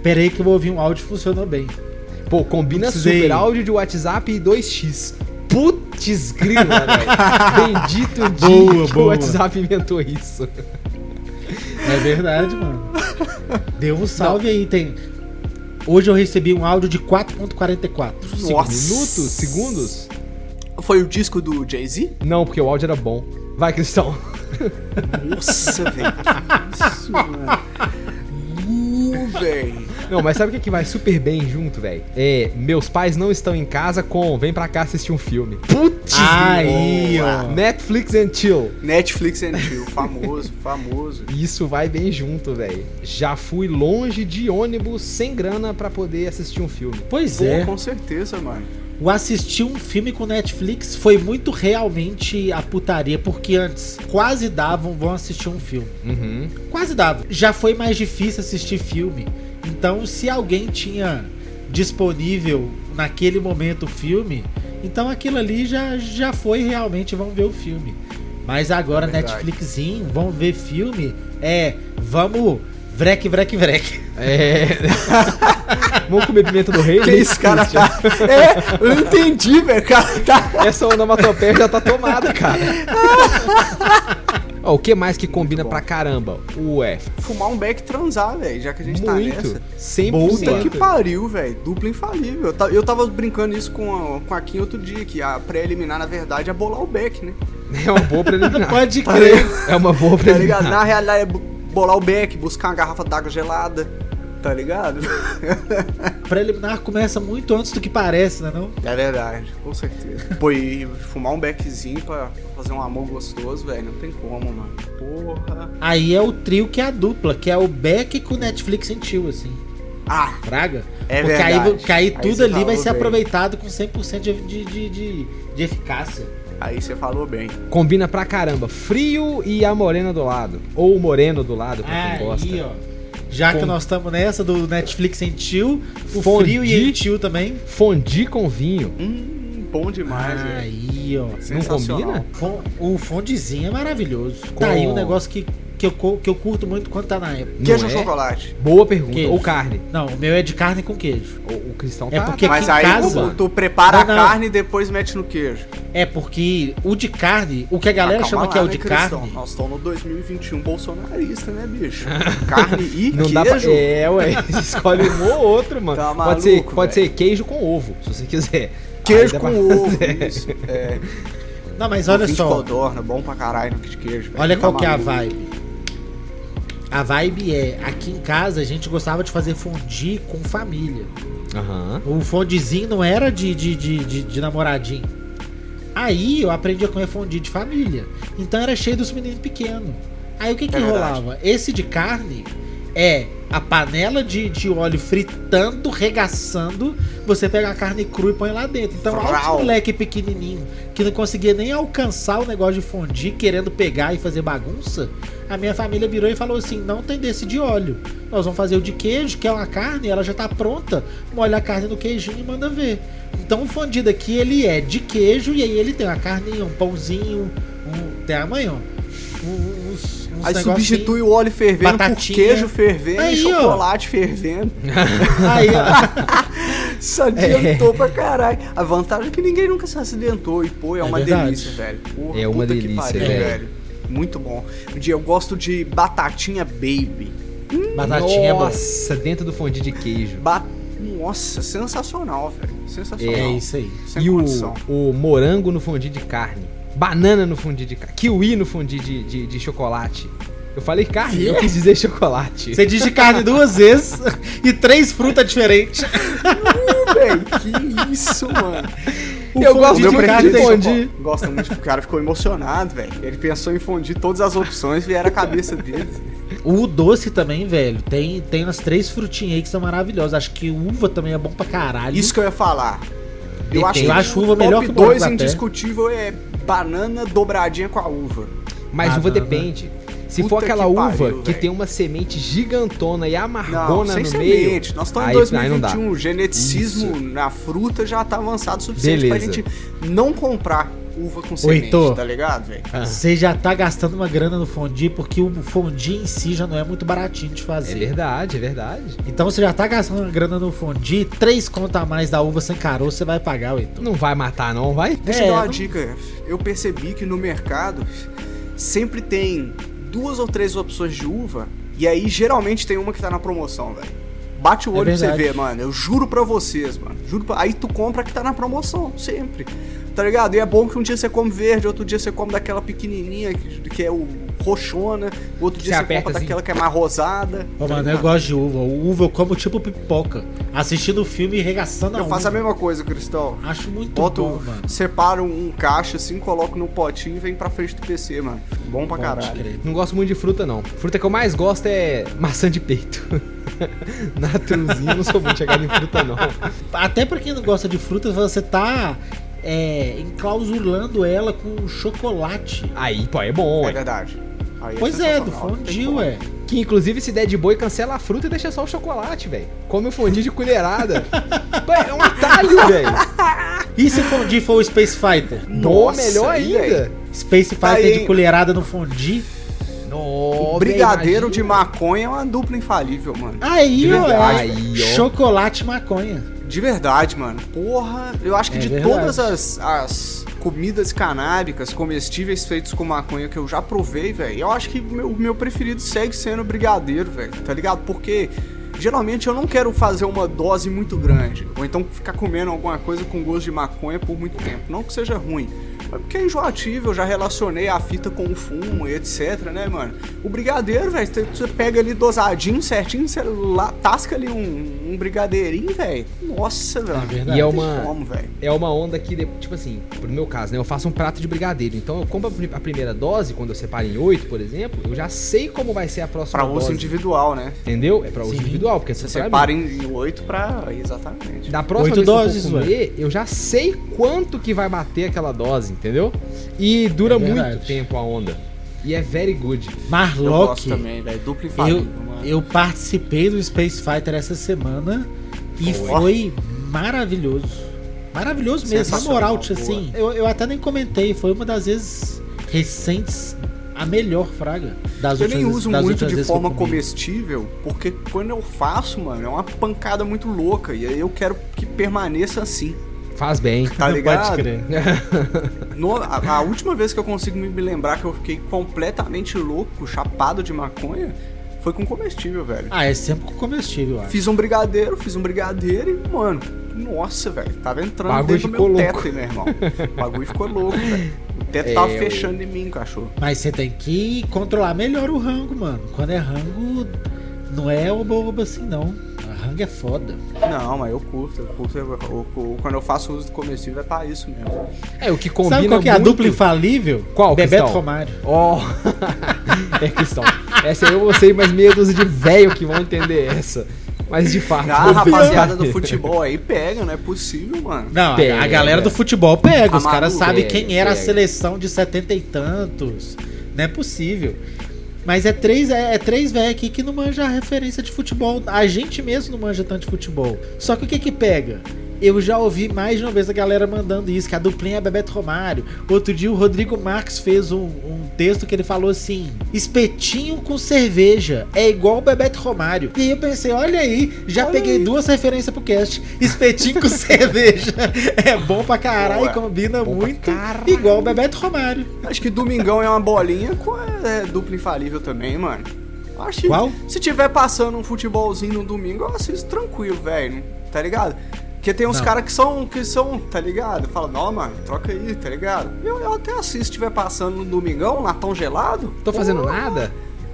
Speaker 3: Peraí que eu vou ouvir um áudio, funcionou bem.
Speaker 2: Pô, combina
Speaker 3: Precisei.
Speaker 2: super áudio de WhatsApp e 2x. Putz grila, velho. Bendito dia
Speaker 3: Boa,
Speaker 2: que
Speaker 3: boa.
Speaker 2: o WhatsApp inventou isso.
Speaker 3: É verdade, mano. Deu um salve aí, tem. Hoje eu recebi um áudio de 4.44.
Speaker 1: Nossa.
Speaker 2: Minutos? Segundos?
Speaker 1: Foi o disco do Jay-Z?
Speaker 2: Não, porque o áudio era bom. Vai, Cristão.
Speaker 1: Nossa, velho. que Isso, mano. Uh, velho.
Speaker 2: Não, mas sabe o que, que vai super bem junto, velho? É, meus pais não estão em casa com Vem pra cá assistir um filme. Putz!
Speaker 3: Aí,
Speaker 1: boa.
Speaker 3: ó.
Speaker 2: Netflix and chill.
Speaker 1: Netflix and Chill, famoso, famoso.
Speaker 2: Isso vai bem junto, velho. Já fui longe de ônibus sem grana pra poder assistir um filme.
Speaker 3: Pois
Speaker 1: Pô,
Speaker 3: é.
Speaker 1: com certeza, mano.
Speaker 3: O assistir um filme com Netflix foi muito realmente a putaria, porque antes quase davam, vão assistir um filme.
Speaker 2: Uhum.
Speaker 3: Quase dava. Já foi mais difícil assistir filme. Então, se alguém tinha disponível naquele momento o filme, então aquilo ali já, já foi realmente vão ver o filme. Mas agora
Speaker 1: Verdade.
Speaker 3: Netflixinho, vão ver filme, é, vamos vrec vrec vrec.
Speaker 2: É. Vamos comer pimenta do rei?
Speaker 1: Que
Speaker 2: né,
Speaker 1: esse cara
Speaker 2: Christian?
Speaker 1: tá. É, eu não entendi, velho. O cara tá.
Speaker 2: Essa onomatopeia já tá tomada, cara. Ó, o que mais que combina
Speaker 1: bom.
Speaker 2: pra caramba? Ué,
Speaker 1: Fumar um beck e transar, velho, já que a gente tá
Speaker 2: muito.
Speaker 1: nessa.
Speaker 2: 100%.
Speaker 1: Puta que pariu, velho. Dupla infalível. Eu ta- Eu tava brincando isso com a, com a Kim outro dia, que a pré-eliminar, na verdade, é bolar o beck, né?
Speaker 2: É uma boa preliminar.
Speaker 3: Pode crer.
Speaker 2: É uma boa
Speaker 1: Tá ligado?
Speaker 2: preliminar.
Speaker 1: Na realidade, é bo- bolar o beck, buscar uma garrafa d'água gelada, tá ligado?
Speaker 3: Preliminar começa muito antes do que parece, né não?
Speaker 1: É verdade, com certeza. Pô, e fumar um beckzinho pra fazer um amor gostoso, velho, não tem como, mano. Porra.
Speaker 3: Aí é o trio que é a dupla, que é o Beck com Netflix and Chill, assim.
Speaker 1: Ah,
Speaker 3: Fraga?
Speaker 1: é
Speaker 3: Porque aí,
Speaker 1: verdade.
Speaker 3: aí tudo
Speaker 1: você
Speaker 3: ali vai
Speaker 1: falou
Speaker 3: ser
Speaker 1: bem.
Speaker 3: aproveitado com 100% de, de, de, de, de eficácia.
Speaker 1: Aí você falou bem.
Speaker 2: Combina pra caramba. Frio e a morena do lado. Ou o moreno do lado, pra quem gosta.
Speaker 3: Ah, Aí, ó. Já que
Speaker 2: Com-
Speaker 3: nós estamos nessa do Netflix and Chill, o
Speaker 2: Fondi.
Speaker 3: frio e and Chill também.
Speaker 2: Fondue com vinho.
Speaker 1: Hum, bom
Speaker 3: Ah,
Speaker 1: demais,
Speaker 2: é.
Speaker 1: velho.
Speaker 3: aí, ó.
Speaker 1: Sensacional.
Speaker 2: combina?
Speaker 3: Fon- O fondezinho é maravilhoso.
Speaker 2: Com-
Speaker 3: Tá aí um negócio que, que, eu, co- que eu curto muito quando tá na época.
Speaker 1: Queijo
Speaker 2: Não
Speaker 1: ou
Speaker 2: é?
Speaker 1: chocolate?
Speaker 2: Boa pergunta.
Speaker 3: Queijo.
Speaker 2: Ou carne.
Speaker 3: Não, o meu é de carne com queijo.
Speaker 2: O, o cristão
Speaker 3: É
Speaker 2: tá.
Speaker 3: porque-
Speaker 2: tá-
Speaker 1: Mas
Speaker 3: em
Speaker 1: aí
Speaker 3: casa-
Speaker 1: tu, tu prepara
Speaker 3: Não,
Speaker 1: a
Speaker 3: não.
Speaker 1: carne e depois mete no queijo.
Speaker 3: É porque o de carne, o que a galera
Speaker 1: Ah, calma
Speaker 3: chama que é
Speaker 1: lá,
Speaker 3: o de
Speaker 1: né, Cristão?
Speaker 3: carne.
Speaker 1: Nós estamos no 2021 bolsonarista, né, bicho? Carne e
Speaker 2: Não dá pra...
Speaker 1: queijo.
Speaker 2: É, ué. Escolhe um ou outro, mano.
Speaker 1: Tá
Speaker 2: pode ser,
Speaker 1: maluco,
Speaker 2: pode
Speaker 1: velho.
Speaker 2: ser queijo com ovo, se você quiser. Aí
Speaker 1: Queijo
Speaker 2: dá
Speaker 1: com
Speaker 2: pra-
Speaker 1: ovo, isso. É,
Speaker 3: Não, mas olha
Speaker 1: ovinho de
Speaker 3: só.
Speaker 1: codorna, bom pra caralho no kit queijo. velho.
Speaker 3: Olha
Speaker 1: Tá
Speaker 3: qual que é a
Speaker 1: maluco.
Speaker 3: vibe. A vibe é, aqui em casa a gente gostava de fazer fondue com família.
Speaker 2: Aham.
Speaker 3: O fondezinho não era de, de, de, de, de namoradinho. Aí eu aprendi a comer fondue de família. Então era cheio dos meninos pequenos. Aí o que que
Speaker 1: É verdade.
Speaker 3: rolava? Esse de carne é a panela de, de óleo fritando, regaçando. Você pega a carne crua e põe lá dentro. Então olha
Speaker 1: Frau.
Speaker 3: os moleque pequenininho que não conseguia nem alcançar o negócio de fondue, querendo pegar e fazer bagunça. A minha família virou e falou assim: não tem desse de óleo. Nós vamos fazer o de queijo, que é uma carne, ela já tá pronta. Molha a carne no queijinho e manda ver. Então o fondue daqui ele é de queijo e aí ele tem uma carninha, um pãozinho, um. Até amanhã. ó. Um- uns, uns
Speaker 1: Aí
Speaker 3: negocinho.
Speaker 1: substitui o óleo fervendo
Speaker 3: Batatinha.
Speaker 1: por queijo fervendo
Speaker 3: Aí,
Speaker 1: e chocolate fervendo.
Speaker 3: Aí, ó.
Speaker 1: Se adiantou pra caralho. A vantagem é que ninguém nunca se acidentou. E, pô, é,
Speaker 3: É
Speaker 1: uma
Speaker 3: verdade.
Speaker 1: delícia, velho. Porra,
Speaker 2: É uma
Speaker 1: puta que
Speaker 2: delícia,
Speaker 3: velho.
Speaker 1: Muito bom. De- Eu gosto de batatinha baby.
Speaker 3: Batatinha é boa.
Speaker 2: Nossa, dentro do fondue de queijo.
Speaker 1: Ba- Nossa, sensacional, velho. Sensacional.
Speaker 3: É isso aí.
Speaker 1: Sem
Speaker 2: e o,
Speaker 1: condição.
Speaker 2: o morango no fondue de carne. Banana no fondue de carne. Kiwi no fondue de, de, de chocolate. Eu falei carne, eu quis dizer chocolate.
Speaker 3: Você diz de carne duas vezes e três frutas diferentes.
Speaker 1: Véi, que isso, mano.
Speaker 3: O
Speaker 2: Eu
Speaker 3: fondue
Speaker 2: gosto
Speaker 3: de
Speaker 2: do meu
Speaker 3: carne
Speaker 2: preferido,
Speaker 3: tem-
Speaker 2: fondue.
Speaker 1: Pô, Gosta muito. O cara ficou emocionado, velho. Ele pensou em fundir todas as opções e vieram a cabeça dele.
Speaker 3: O doce também, velho. Tem, tem umas três frutinhas aí que são maravilhosas. Acho que uva também é bom pra caralho.
Speaker 1: Isso que eu ia falar. Eu acho,
Speaker 3: Eu acho uva
Speaker 1: o
Speaker 3: melhor
Speaker 1: top
Speaker 3: que o
Speaker 1: 2
Speaker 3: Morango até.
Speaker 1: indiscutível é banana dobradinha com a uva.
Speaker 2: Mas
Speaker 3: Banana.
Speaker 2: uva depende. Se
Speaker 1: Ah, tá,
Speaker 2: for
Speaker 1: Puta
Speaker 2: aquela
Speaker 1: que
Speaker 2: uva
Speaker 1: pariu,
Speaker 2: que
Speaker 1: velho.
Speaker 2: tem uma semente gigantona e
Speaker 1: Não,
Speaker 2: amargona
Speaker 1: sem
Speaker 2: no meio.
Speaker 1: semente. Nós estamos em
Speaker 2: aí- aí não dá.
Speaker 1: 2021. O geneticismo na fruta já tá avançado o suficiente pra
Speaker 2: Beleza.
Speaker 1: gente não comprar uva com semente,
Speaker 3: Heitor.
Speaker 1: tá ligado, velho?
Speaker 2: Ah,
Speaker 3: Você já tá gastando uma grana no fondue, porque o fondue em si já não é muito baratinho de
Speaker 2: é
Speaker 3: fazer.
Speaker 2: verdade, é verdade.
Speaker 3: então você já tá gastando uma grana no fondue, três contas a mais da uva sem caroço, você vai pagar, Heitor.
Speaker 2: Não vai matar, não, vai?
Speaker 1: Deixa
Speaker 3: É,
Speaker 1: eu dar uma
Speaker 3: não-
Speaker 1: dica. Eu percebi que no mercado sempre tem duas ou três opções de uva e aí geralmente tem uma que tá na promoção, velho. Bate o
Speaker 3: É
Speaker 1: olho pra você
Speaker 3: verdade.
Speaker 1: ver, mano. Eu juro pra vocês, mano. Juro pra... Aí tu compra a que tá na promoção, sempre. Tá ligado? E é bom que um dia você come verde, outro dia você come daquela pequenininha que que é o roxona, outro dia
Speaker 2: Você
Speaker 1: você,
Speaker 2: aperta
Speaker 1: compra
Speaker 2: assim.
Speaker 1: daquela que é mais rosada.
Speaker 3: Ô,
Speaker 1: tá
Speaker 3: mano, eu
Speaker 1: ligado?
Speaker 3: gosto de uva. Uva eu como tipo pipoca. Assistindo o filme e regaçando a
Speaker 1: eu
Speaker 3: uva.
Speaker 1: faço a mesma coisa, Cristão.
Speaker 3: Acho muito bom,
Speaker 1: Boto,
Speaker 3: mano.
Speaker 1: separo um caixa assim, coloco no potinho e vem pra frente do PC, mano. Bom pra
Speaker 3: Pode
Speaker 1: caralho.
Speaker 3: crer.
Speaker 2: Não gosto muito de fruta, não. Fruta que eu mais gosto é maçã de peito. Natuzinho, eu não sou muito chegado em fruta, não.
Speaker 3: Até pra quem não gosta de frutas, você tá é, enclausurando ela com chocolate.
Speaker 2: Aí, pô, é bom,
Speaker 1: É
Speaker 2: é.
Speaker 1: verdade. Aí
Speaker 3: pois é, do
Speaker 1: sensacional, não tem
Speaker 3: fondue,
Speaker 1: como.
Speaker 3: ué.
Speaker 2: Que inclusive, se der de boi, cancela a fruta e deixa só o chocolate, velho. Come o fondue de colherada. Pô, é um atalho, velho.
Speaker 3: E se fondue for o Space Fighter?
Speaker 2: Bom,
Speaker 1: Nossa,
Speaker 2: melhor
Speaker 1: aí,
Speaker 2: ainda.
Speaker 3: Space Fighter
Speaker 1: Aí,
Speaker 3: de
Speaker 1: hein?
Speaker 3: colherada no fondue?
Speaker 2: Nossa,
Speaker 1: Brigadeiro de maconha é uma dupla infalível, mano.
Speaker 3: Aí,
Speaker 2: De
Speaker 3: ó,
Speaker 2: verdade,
Speaker 3: é
Speaker 2: aí, ó.
Speaker 3: chocolate e maconha.
Speaker 1: De verdade, mano. Porra, eu acho que
Speaker 3: É
Speaker 1: de
Speaker 3: verdade.
Speaker 1: todas as, as comidas canábicas, comestíveis feitos com maconha que eu já provei, velho, eu acho que o meu, meu preferido segue sendo o brigadeiro, velho. Tá ligado? Porque geralmente eu não quero fazer uma dose muito grande. Ou então ficar comendo alguma coisa com gosto de maconha por muito tempo. Não que seja ruim. Mas porque é enjoativo, eu já relacionei a fita com o fumo e etc, né, mano? O brigadeiro, velho, você- você pega ali dosadinho, certinho, você lá, tasca ali um, um brigadeirinho, velho. Nossa, velho.
Speaker 3: verdade.
Speaker 2: E é
Speaker 1: Não tem
Speaker 2: uma-
Speaker 1: como, velho.
Speaker 2: É uma onda que, de- tipo assim, pro meu caso, né? Eu faço um prato de brigadeiro. Então eu compro a pri- a primeira dose, quando eu separo em oito, por exemplo, eu já sei como vai ser a próxima
Speaker 1: Pra
Speaker 2: dose.
Speaker 1: uso individual, né?
Speaker 2: Entendeu? É pra uso
Speaker 3: Sim.
Speaker 2: individual, porque
Speaker 1: Você
Speaker 2: você
Speaker 1: separa em oito pra. Exatamente.
Speaker 2: Da próxima vez
Speaker 3: Oito doses,
Speaker 2: que eu for comer, eu já sei quanto que vai bater aquela dose, entendeu? E dura
Speaker 3: É verdade.
Speaker 2: muito tempo a onda. E é very good.
Speaker 1: Eu
Speaker 3: Marlock,
Speaker 1: gosto também, velho. Duplo infalível,
Speaker 3: eu,
Speaker 1: mano.
Speaker 3: eu participei do Space Fighter essa semana e
Speaker 1: Foi.
Speaker 3: foi maravilhoso. Maravilhoso mesmo, na
Speaker 1: Sensacional,
Speaker 3: moral, tio,
Speaker 1: boa.
Speaker 3: assim. Eu, eu até nem comentei, foi uma das vezes recentes a melhor fraga das
Speaker 1: Eu
Speaker 3: últimas
Speaker 1: nem
Speaker 3: vezes-
Speaker 1: uso
Speaker 3: das
Speaker 1: muito
Speaker 3: últimas
Speaker 1: de
Speaker 3: vezes que eu
Speaker 1: forma
Speaker 3: comi.
Speaker 1: comestível, porque quando eu faço, mano, é uma pancada muito louca. E aí eu quero que permaneça assim,
Speaker 2: Faz bem.
Speaker 1: tá ligado?
Speaker 3: Pode crer.
Speaker 1: No- a, a última vez que eu consigo me lembrar que eu fiquei completamente louco, chapado de maconha, foi com comestível, velho.
Speaker 3: Ah, é sempre com comestível, eu acho.
Speaker 1: Fiz um brigadeiro, fiz um brigadeiro e, mano, nossa, velho, tava entrando
Speaker 2: Bagulho
Speaker 1: dentro do meu
Speaker 2: ficou louco.
Speaker 1: teto, aí, meu irmão. O bagulho ficou louco, velho. O teto
Speaker 2: É,
Speaker 1: tava
Speaker 2: eu-
Speaker 1: fechando em mim, cachorro.
Speaker 3: Mas você tem que controlar melhor o rango, mano. Quando é rango, não é oba-oba assim, não. A rango é foda.
Speaker 1: Não, mas eu curto, eu curto. eu- eu- eu- quando eu faço uso do comestível é pra isso mesmo.
Speaker 2: É, o que combina
Speaker 3: Sabe qual que é a
Speaker 2: muito-
Speaker 3: dupla infalível?
Speaker 2: Qual,
Speaker 3: Bebeto
Speaker 2: Cristão?
Speaker 3: Romário.
Speaker 2: Ó. é questão. Essa aí eu vou ser mais meia dúzia de velho que vão entender essa. Mas de fato.
Speaker 1: Ah, a rapaziada do futebol aí pega, não é possível, mano.
Speaker 3: Não,
Speaker 2: Pega.
Speaker 3: a galera do futebol pega. Os
Speaker 1: Amaru
Speaker 3: caras sabem
Speaker 2: pega,
Speaker 3: quem era a
Speaker 2: pega.
Speaker 3: seleção de setenta e tantos. Não é possível. Mas é três, é, é três velho aqui que não manja a referência de futebol. A gente mesmo não manja tanto de futebol. Só que o que que pega? Eu já ouvi mais de uma vez a galera mandando isso, que a duplinha é Bebeto Romário. Outro dia o Rodrigo Marques fez um, um texto que ele falou assim: espetinho com cerveja é igual o Bebeto Romário. E aí eu pensei, olha aí, já
Speaker 1: Olha
Speaker 3: peguei
Speaker 1: aí.
Speaker 3: duas referências pro cast. Espetinho com cerveja é bom pra caralho,
Speaker 1: Boa.
Speaker 3: combina
Speaker 2: Bom pra
Speaker 3: muito.
Speaker 2: caralho.
Speaker 3: Igual o Bebeto Romário.
Speaker 1: Acho que Domingão é uma bolinha com é, dupla infalível também, mano. Acho que
Speaker 3: Qual?
Speaker 1: se tiver passando um futebolzinho no domingo, eu assisto tranquilo, velho. Tá ligado? Porque tem uns
Speaker 3: Não.
Speaker 1: caras que são, que são, tá ligado? Fala, não, mano, troca aí, tá ligado? Eu, eu até assisto se tiver passando no domingão, latão gelado.
Speaker 2: Tô fazendo né?
Speaker 1: Pô,
Speaker 2: nada?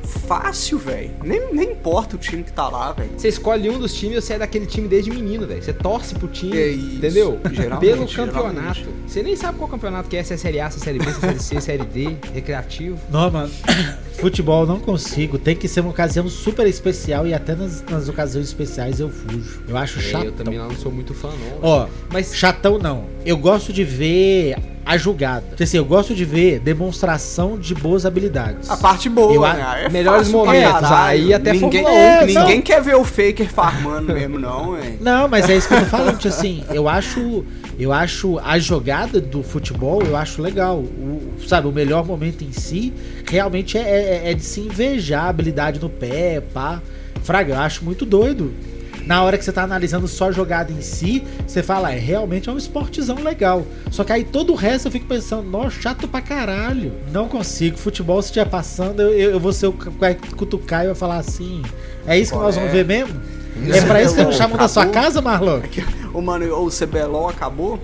Speaker 1: Fácil, velho. Nem, nem importa o time que tá lá, velho.
Speaker 2: Você escolhe um dos times, você é daquele time desde menino, velho. Você torce pro time,
Speaker 1: É isso,
Speaker 2: entendeu?
Speaker 1: geralmente,
Speaker 2: Pelo
Speaker 1: geralmente.
Speaker 2: campeonato. Você nem sabe qual campeonato que é, se é Série A, se é Série B, se é Série C, Série D, recreativo.
Speaker 3: Não, mano. Futebol não consigo. Tem que ser uma ocasião super especial e até nas, nas ocasiões especiais eu fujo. Eu acho
Speaker 2: É,
Speaker 3: chato.
Speaker 2: eu também não sou muito fã, não.
Speaker 3: Ó,
Speaker 2: Mas
Speaker 3: chatão não. Eu gosto de ver a julgada. Quer dizer, eu gosto de ver demonstração de boas habilidades.
Speaker 2: Ah,
Speaker 1: A parte boa,
Speaker 3: Eu a-
Speaker 1: né? É
Speaker 2: melhores
Speaker 1: fácil pra
Speaker 2: momentos,
Speaker 1: caralho.
Speaker 2: aí até
Speaker 1: ninguém,
Speaker 2: Fórmula
Speaker 1: é,
Speaker 2: 1,
Speaker 1: ninguém quer ver o Faker farmando mesmo, não, hein?
Speaker 3: Não, mas é isso que eu tô falando, tio, assim, eu acho, eu acho a jogada do futebol, eu acho legal. O, sabe, o melhor momento em si realmente é, é- é de se invejar a habilidade no pé, pá. Fraga, eu acho muito doido. Na hora que você tá analisando só a jogada em si, você fala, é, realmente é um esportezão legal. Só que aí todo o resto eu fico pensando, nossa, chato pra caralho. Não consigo, futebol se estiver passando, eu, eu- eu vou ser o que vai cutucar e vai falar assim, é isso que
Speaker 1: Qual
Speaker 3: nós
Speaker 1: é?
Speaker 3: vamos ver mesmo? É pra isso que eu não chamo da sua
Speaker 1: Acabou.
Speaker 3: casa, Marlon?
Speaker 1: Ô, mano, o CBLOL acabou?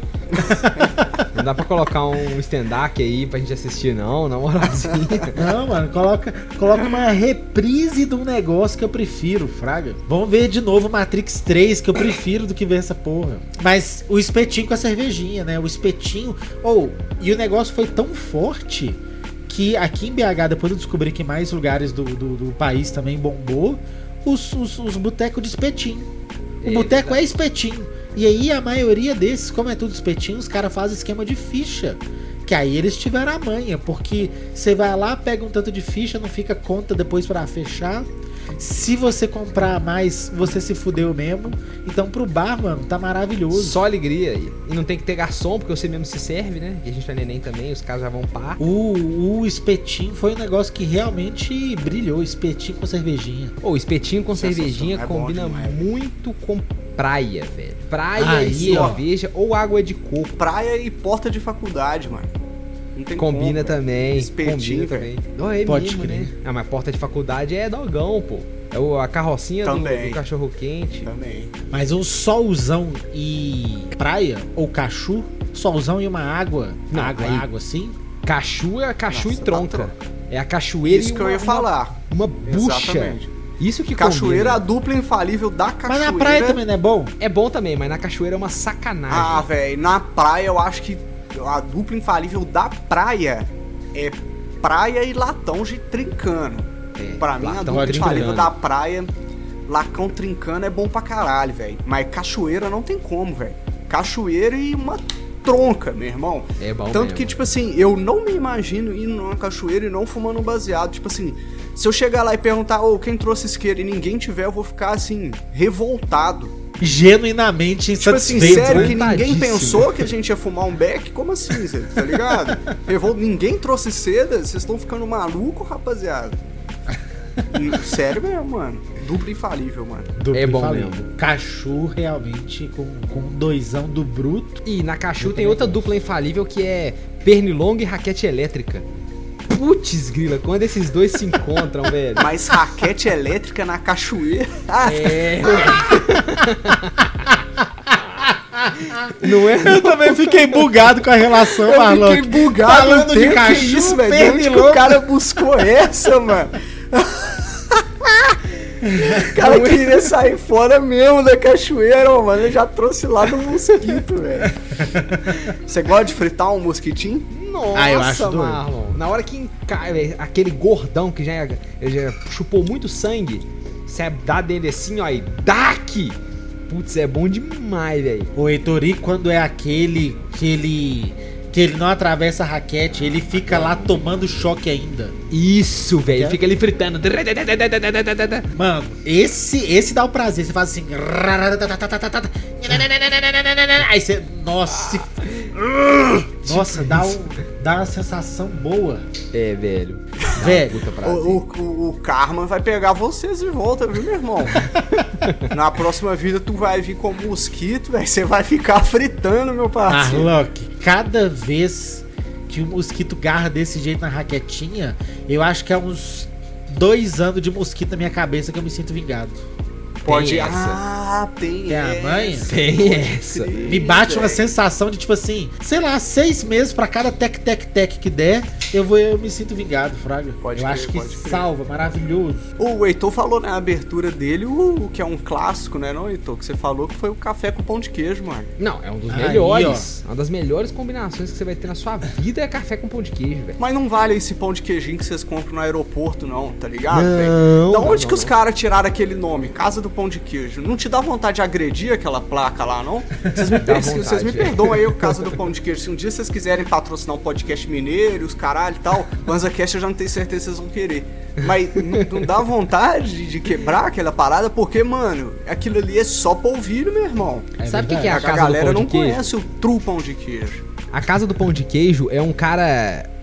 Speaker 2: não dá pra colocar um stand-up aí pra gente assistir, não, na assim. moralzinha.
Speaker 3: Não, mano, coloca, coloca uma reprise de um negócio que eu prefiro, Fraga. Vamos ver de novo Matrix 3, que eu prefiro do que ver essa porra. Mas o espetinho com a cervejinha, né? O espetinho. Ou, e o negócio foi tão forte que aqui em BH, depois eu descobri que em mais lugares do, do, do país também bombou, os, os, os botecos de espetinho. O
Speaker 2: É,
Speaker 3: boteco é espetinho. E aí a maioria desses, como é tudo espetinho, os caras fazem esquema de ficha. Que aí eles tiveram a manha, porque você vai lá, pega um tanto de ficha, não fica conta depois pra fechar. Se você comprar mais, você se fudeu mesmo. Então pro bar, mano, tá maravilhoso.
Speaker 2: Só alegria. E e não tem que ter garçom, porque você mesmo se serve, né? E a gente tá neném também, os caras já vão par.
Speaker 3: O, o espetinho foi um negócio que realmente brilhou, espetinho com cervejinha.
Speaker 2: Ô, espetinho com
Speaker 1: Sensacional,
Speaker 2: cervejinha
Speaker 1: é bom
Speaker 2: combina
Speaker 1: demais. Ah,
Speaker 2: muito com praia, velho. Praia e
Speaker 3: Aí, ó.
Speaker 2: cerveja ou água de coco.
Speaker 1: Praia e porta de faculdade, mano. Não tem
Speaker 2: Combina
Speaker 1: como, velho.
Speaker 2: também.
Speaker 1: Espetinho,
Speaker 2: combina também. Não, é
Speaker 3: Pode
Speaker 2: mesmo,
Speaker 3: crer.
Speaker 2: né? Ah, mas porta de faculdade é dogão, pô. É o- a carrocinha do,
Speaker 1: Também.
Speaker 2: do cachorro quente.
Speaker 1: Também.
Speaker 3: Mas um solzão e praia, ou cachu, solzão e uma água.
Speaker 2: Não,
Speaker 3: água,
Speaker 2: aí-
Speaker 3: água, assim? sim.
Speaker 2: Cachu é cachu e
Speaker 1: Nossa,
Speaker 2: tronca.
Speaker 1: tá
Speaker 2: é a cachoeira
Speaker 1: Isso
Speaker 2: e
Speaker 1: que eu
Speaker 2: uma-
Speaker 1: ia falar.
Speaker 2: Uma, uma bucha.
Speaker 1: Exatamente.
Speaker 2: Isso que
Speaker 1: Cachoeira, a
Speaker 2: combina.
Speaker 1: dupla infalível da
Speaker 3: Mas
Speaker 1: cachoeira.
Speaker 3: na praia também não é bom?
Speaker 2: É bom também, mas na cachoeira é uma sacanagem.
Speaker 1: Ah, velho, na praia eu acho que a dupla infalível da praia é praia e latão de trincano.
Speaker 2: É,
Speaker 1: Pra mim, a
Speaker 2: latão
Speaker 1: dupla
Speaker 3: de
Speaker 1: infalível
Speaker 3: Trincano.
Speaker 1: da praia, lacão trincano é bom pra caralho, velho. Mas cachoeira não tem como, velho. Cachoeira e uma tronca, meu irmão.
Speaker 2: É bom
Speaker 1: Tanto
Speaker 2: mesmo.
Speaker 1: que, tipo assim, eu não me imagino indo numa cachoeira e não fumando um baseado. Tipo assim, se eu chegar lá e perguntar, ô, quem trouxe isqueiro e ninguém tiver, eu vou ficar, assim, revoltado.
Speaker 3: Genuinamente
Speaker 1: Tipo assim,
Speaker 3: insatisfeito.
Speaker 1: sério
Speaker 3: né?
Speaker 1: que ninguém
Speaker 2: Revoltadíssimo.
Speaker 1: pensou que a gente ia fumar um beck? Como assim, Zé? Tá ligado? Revol... Ninguém trouxe seda? Vocês estão ficando maluco, rapaziada? Hum, Sério mesmo, mano. Dupla infalível, mano.
Speaker 3: Duplo
Speaker 2: É bom
Speaker 3: infalível.
Speaker 2: mesmo.
Speaker 3: Cachu realmente com, com um doisão do bruto.
Speaker 2: E na Cachu tem
Speaker 3: Eu também
Speaker 2: outra
Speaker 3: gosto.
Speaker 2: dupla infalível que é pernilongo e raquete elétrica. Putz, grila, quando esses dois se encontram, velho.
Speaker 1: Mas raquete elétrica na cachoeira. Ah,
Speaker 2: É. Não é?
Speaker 3: Eu também fiquei bugado com a relação,
Speaker 1: eu fiquei
Speaker 3: Marlon.
Speaker 1: bugado.
Speaker 3: Falando
Speaker 1: eu
Speaker 3: de
Speaker 1: tenho- que
Speaker 3: cachorro,
Speaker 1: isso, velho. De onde que o
Speaker 3: pernilongo.
Speaker 1: cara buscou essa, mano? O cara queria sair fora mesmo da cachoeira, ó, mano. Ele já trouxe lá no mosquito, velho. Você gosta de fritar um mosquitinho?
Speaker 2: Nossa,
Speaker 3: Ah, eu acho doido.
Speaker 2: Marlon. Na hora que encai, velho, aquele gordão que já, é- ele já chupou muito sangue, você dá dele assim, ó, e DAC! Putz, é bom demais, velho.
Speaker 3: O Heitori, quando é aquele que ele, que ele não atravessa a raquete, ele fica lá tomando choque ainda.
Speaker 2: Isso, velho.
Speaker 3: Quer?
Speaker 2: Fica ele fritando.
Speaker 3: Mano, esse esse dá o prazer. Você faz assim. Aí você. Nossa! se- Nossa, dá, um, dá uma sensação boa.
Speaker 2: É, velho.
Speaker 3: Velho,
Speaker 2: Puta prazer.
Speaker 1: O, o- o, o karma vai pegar vocês de volta, viu, meu irmão? Na próxima vida tu vai vir como mosquito, velho. Você vai ficar fritando, meu parceiro.
Speaker 3: Marlock, cada vez que o mosquito garra desse jeito na raquetinha, eu acho que é uns dois anos de mosquito na minha cabeça que eu me sinto vingado.
Speaker 1: Pode.
Speaker 2: tem essa.
Speaker 1: Ah, tem.
Speaker 3: Tem a
Speaker 1: essa.
Speaker 3: manha?
Speaker 2: Tem essa.
Speaker 3: Me bate uma
Speaker 1: Velho.
Speaker 3: sensação de tipo assim, sei lá, seis meses pra cada tec tec tec que der, eu vou eu me sinto vingado, Fraga.
Speaker 1: Pode
Speaker 3: eu
Speaker 1: crer,
Speaker 3: acho que
Speaker 1: pode crer.
Speaker 3: salva, maravilhoso.
Speaker 1: O Heitor falou na abertura dele o, o que é um clássico, né, não, Heitor? Que você falou que foi o café com pão de queijo, mano.
Speaker 2: Não, é um dos
Speaker 3: Aí,
Speaker 2: melhores. uma das melhores combinações que você vai ter na sua vida é café com pão de queijo, velho.
Speaker 1: Mas não vale esse pão de queijinho que vocês compram no aeroporto, não, tá ligado? velho?
Speaker 2: Não.
Speaker 1: Da onde que os
Speaker 2: caras.
Speaker 1: caras tiraram aquele nome? Casa do Pão de Queijo. Não te dá vontade de agredir aquela placa lá, não? Vocês me,
Speaker 2: Dá
Speaker 1: perse-
Speaker 2: vontade,
Speaker 1: vocês me
Speaker 2: é.
Speaker 1: perdoam aí, o Casa do Pão de Queijo. Se um dia vocês quiserem patrocinar um podcast mineiro, os caralho e tal, BanzaCast eu já não tenho certeza se vocês vão querer. Mas n- não dá vontade de quebrar aquela parada, porque, mano, aquilo ali é só polvilho, meu irmão.
Speaker 2: Sabe o que, que é a
Speaker 1: a
Speaker 2: casa do
Speaker 1: galera
Speaker 2: pão
Speaker 1: não
Speaker 2: de queijo?
Speaker 1: conhece o true pão de queijo.
Speaker 2: A casa do pão de queijo é um cara